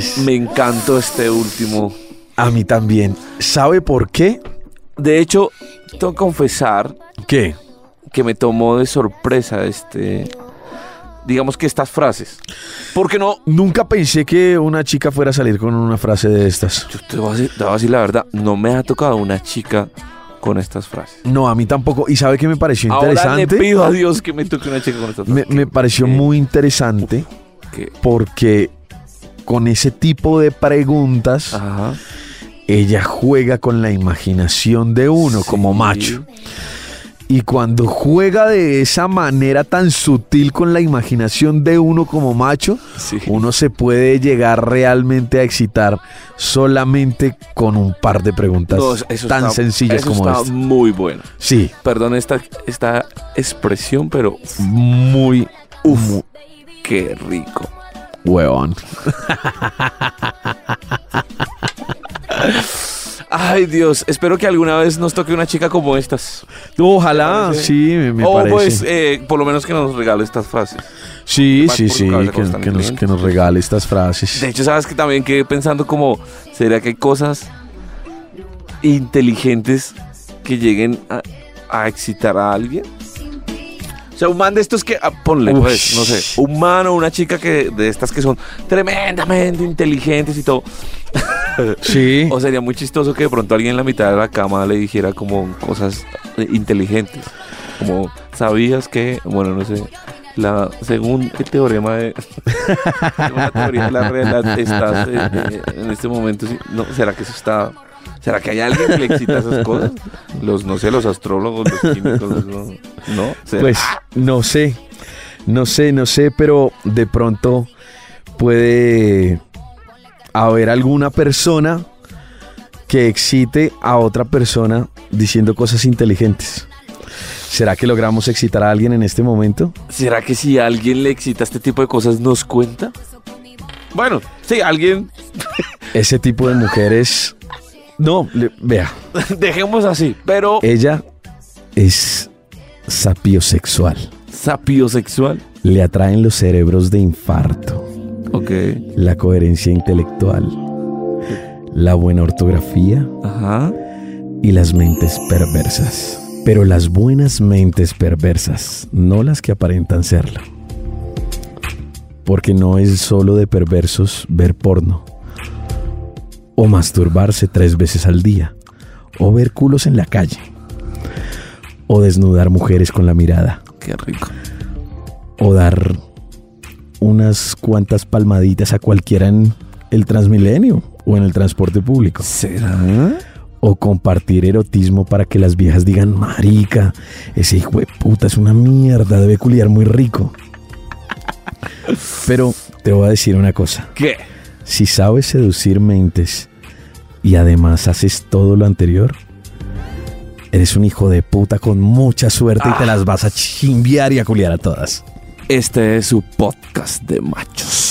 Speaker 3: sí!
Speaker 2: Me encantó este último.
Speaker 3: A mí también. ¿Sabe por qué?
Speaker 2: De hecho, tengo que confesar
Speaker 3: ¿Qué?
Speaker 2: que me tomó de sorpresa este. Digamos que estas frases. Porque no.
Speaker 3: Nunca pensé que una chica fuera a salir con una frase de estas.
Speaker 2: Yo te voy, a decir, te voy a decir la verdad, no me ha tocado una chica con estas frases.
Speaker 3: No, a mí tampoco. ¿Y sabe qué me pareció
Speaker 2: Ahora le
Speaker 3: interesante?
Speaker 2: pido a Dios que me toque una chica con estas
Speaker 3: Me,
Speaker 2: frases.
Speaker 3: me pareció
Speaker 2: ¿Qué?
Speaker 3: muy interesante
Speaker 2: Que-
Speaker 3: porque con ese tipo de preguntas
Speaker 2: Ajá.
Speaker 3: ella juega con la imaginación de uno como
Speaker 2: Sí.
Speaker 3: macho. Y cuando juega de esa manera tan sutil con la imaginación de uno como macho,
Speaker 2: Sí.
Speaker 3: uno se puede llegar realmente a excitar solamente con un par de preguntas
Speaker 2: No, eso
Speaker 3: tan
Speaker 2: está-
Speaker 3: sencillas
Speaker 2: eso
Speaker 3: como
Speaker 2: está
Speaker 3: esta.
Speaker 2: muy bueno.
Speaker 3: Sí,
Speaker 2: Perdón esta, esta expresión, pero
Speaker 3: muy, uf,
Speaker 2: qué rico.
Speaker 3: huevón.
Speaker 2: Ay, Dios, espero que alguna vez nos toque una chica como estas.
Speaker 3: Ojalá,
Speaker 2: parece?
Speaker 3: Ah, sí, me, me
Speaker 2: o
Speaker 3: parece.
Speaker 2: pues, eh, por lo menos que nos regale estas frases.
Speaker 3: sí,
Speaker 2: vas
Speaker 3: sí,
Speaker 2: por
Speaker 3: sí,
Speaker 2: un cable
Speaker 3: que, que nos,
Speaker 2: constantemente.
Speaker 3: que nos regale estas frases.
Speaker 2: De hecho, sabes que también quedé pensando como, ¿será que hay cosas inteligentes que lleguen a, a excitar a alguien? O sea, un man de estos que, ah, ponle,
Speaker 3: Ush.
Speaker 2: pues, no sé, un man o una chica que, de estas que son tremendamente inteligentes y todo.
Speaker 3: Sí.
Speaker 2: O sería muy chistoso que de pronto alguien en la mitad de la cama le dijera como cosas eh, inteligentes. Como, ¿sabías que? Bueno, no sé. La, según el teorema de. según la teoría de la realidad, estás eh, eh, en este momento. sí- no, ¿Será que eso está.? ¿Será que hay alguien que le excita esas cosas? Los, no sé, los astrólogos, los químicos, los- no. ¿no? ¿Será?
Speaker 3: Pues no sé. No sé, no sé, pero de pronto puede haber alguna persona que excite a otra persona diciendo cosas inteligentes. ¿Será que logramos excitar a alguien en este momento?
Speaker 2: ¿Será que si a alguien le excita este tipo de cosas nos cuenta? Bueno, sí, alguien.
Speaker 3: Ese tipo de mujeres. No, le- vea,
Speaker 2: Dejemos así, pero.
Speaker 3: ella es sapiosexual.
Speaker 2: ¿Sapiosexual?
Speaker 3: Le atraen los cerebros de infarto.
Speaker 2: Ok.
Speaker 3: La coherencia intelectual. La buena ortografía. Y las mentes perversas. Pero las buenas mentes perversas, no las que aparentan serlo. Porque no es solo de perversos ver porno. O masturbarse tres veces al día. O ver culos en la calle. O desnudar mujeres con la mirada.
Speaker 2: Qué rico.
Speaker 3: O dar unas cuantas palmaditas a cualquiera en el Transmilenio o en el transporte público.
Speaker 2: ¿Será?
Speaker 3: O compartir erotismo para que las viejas digan, marica, ese hijo de puta es una mierda, debe culiar muy rico. Pero te voy a decir una cosa.
Speaker 2: ¿Qué?
Speaker 3: Si sabes seducir mentes y además haces todo lo anterior, eres un hijo de puta con mucha suerte
Speaker 2: Ah.
Speaker 3: y te las vas a chimbiar y a culiar a todas.
Speaker 2: Este es su podcast de machos.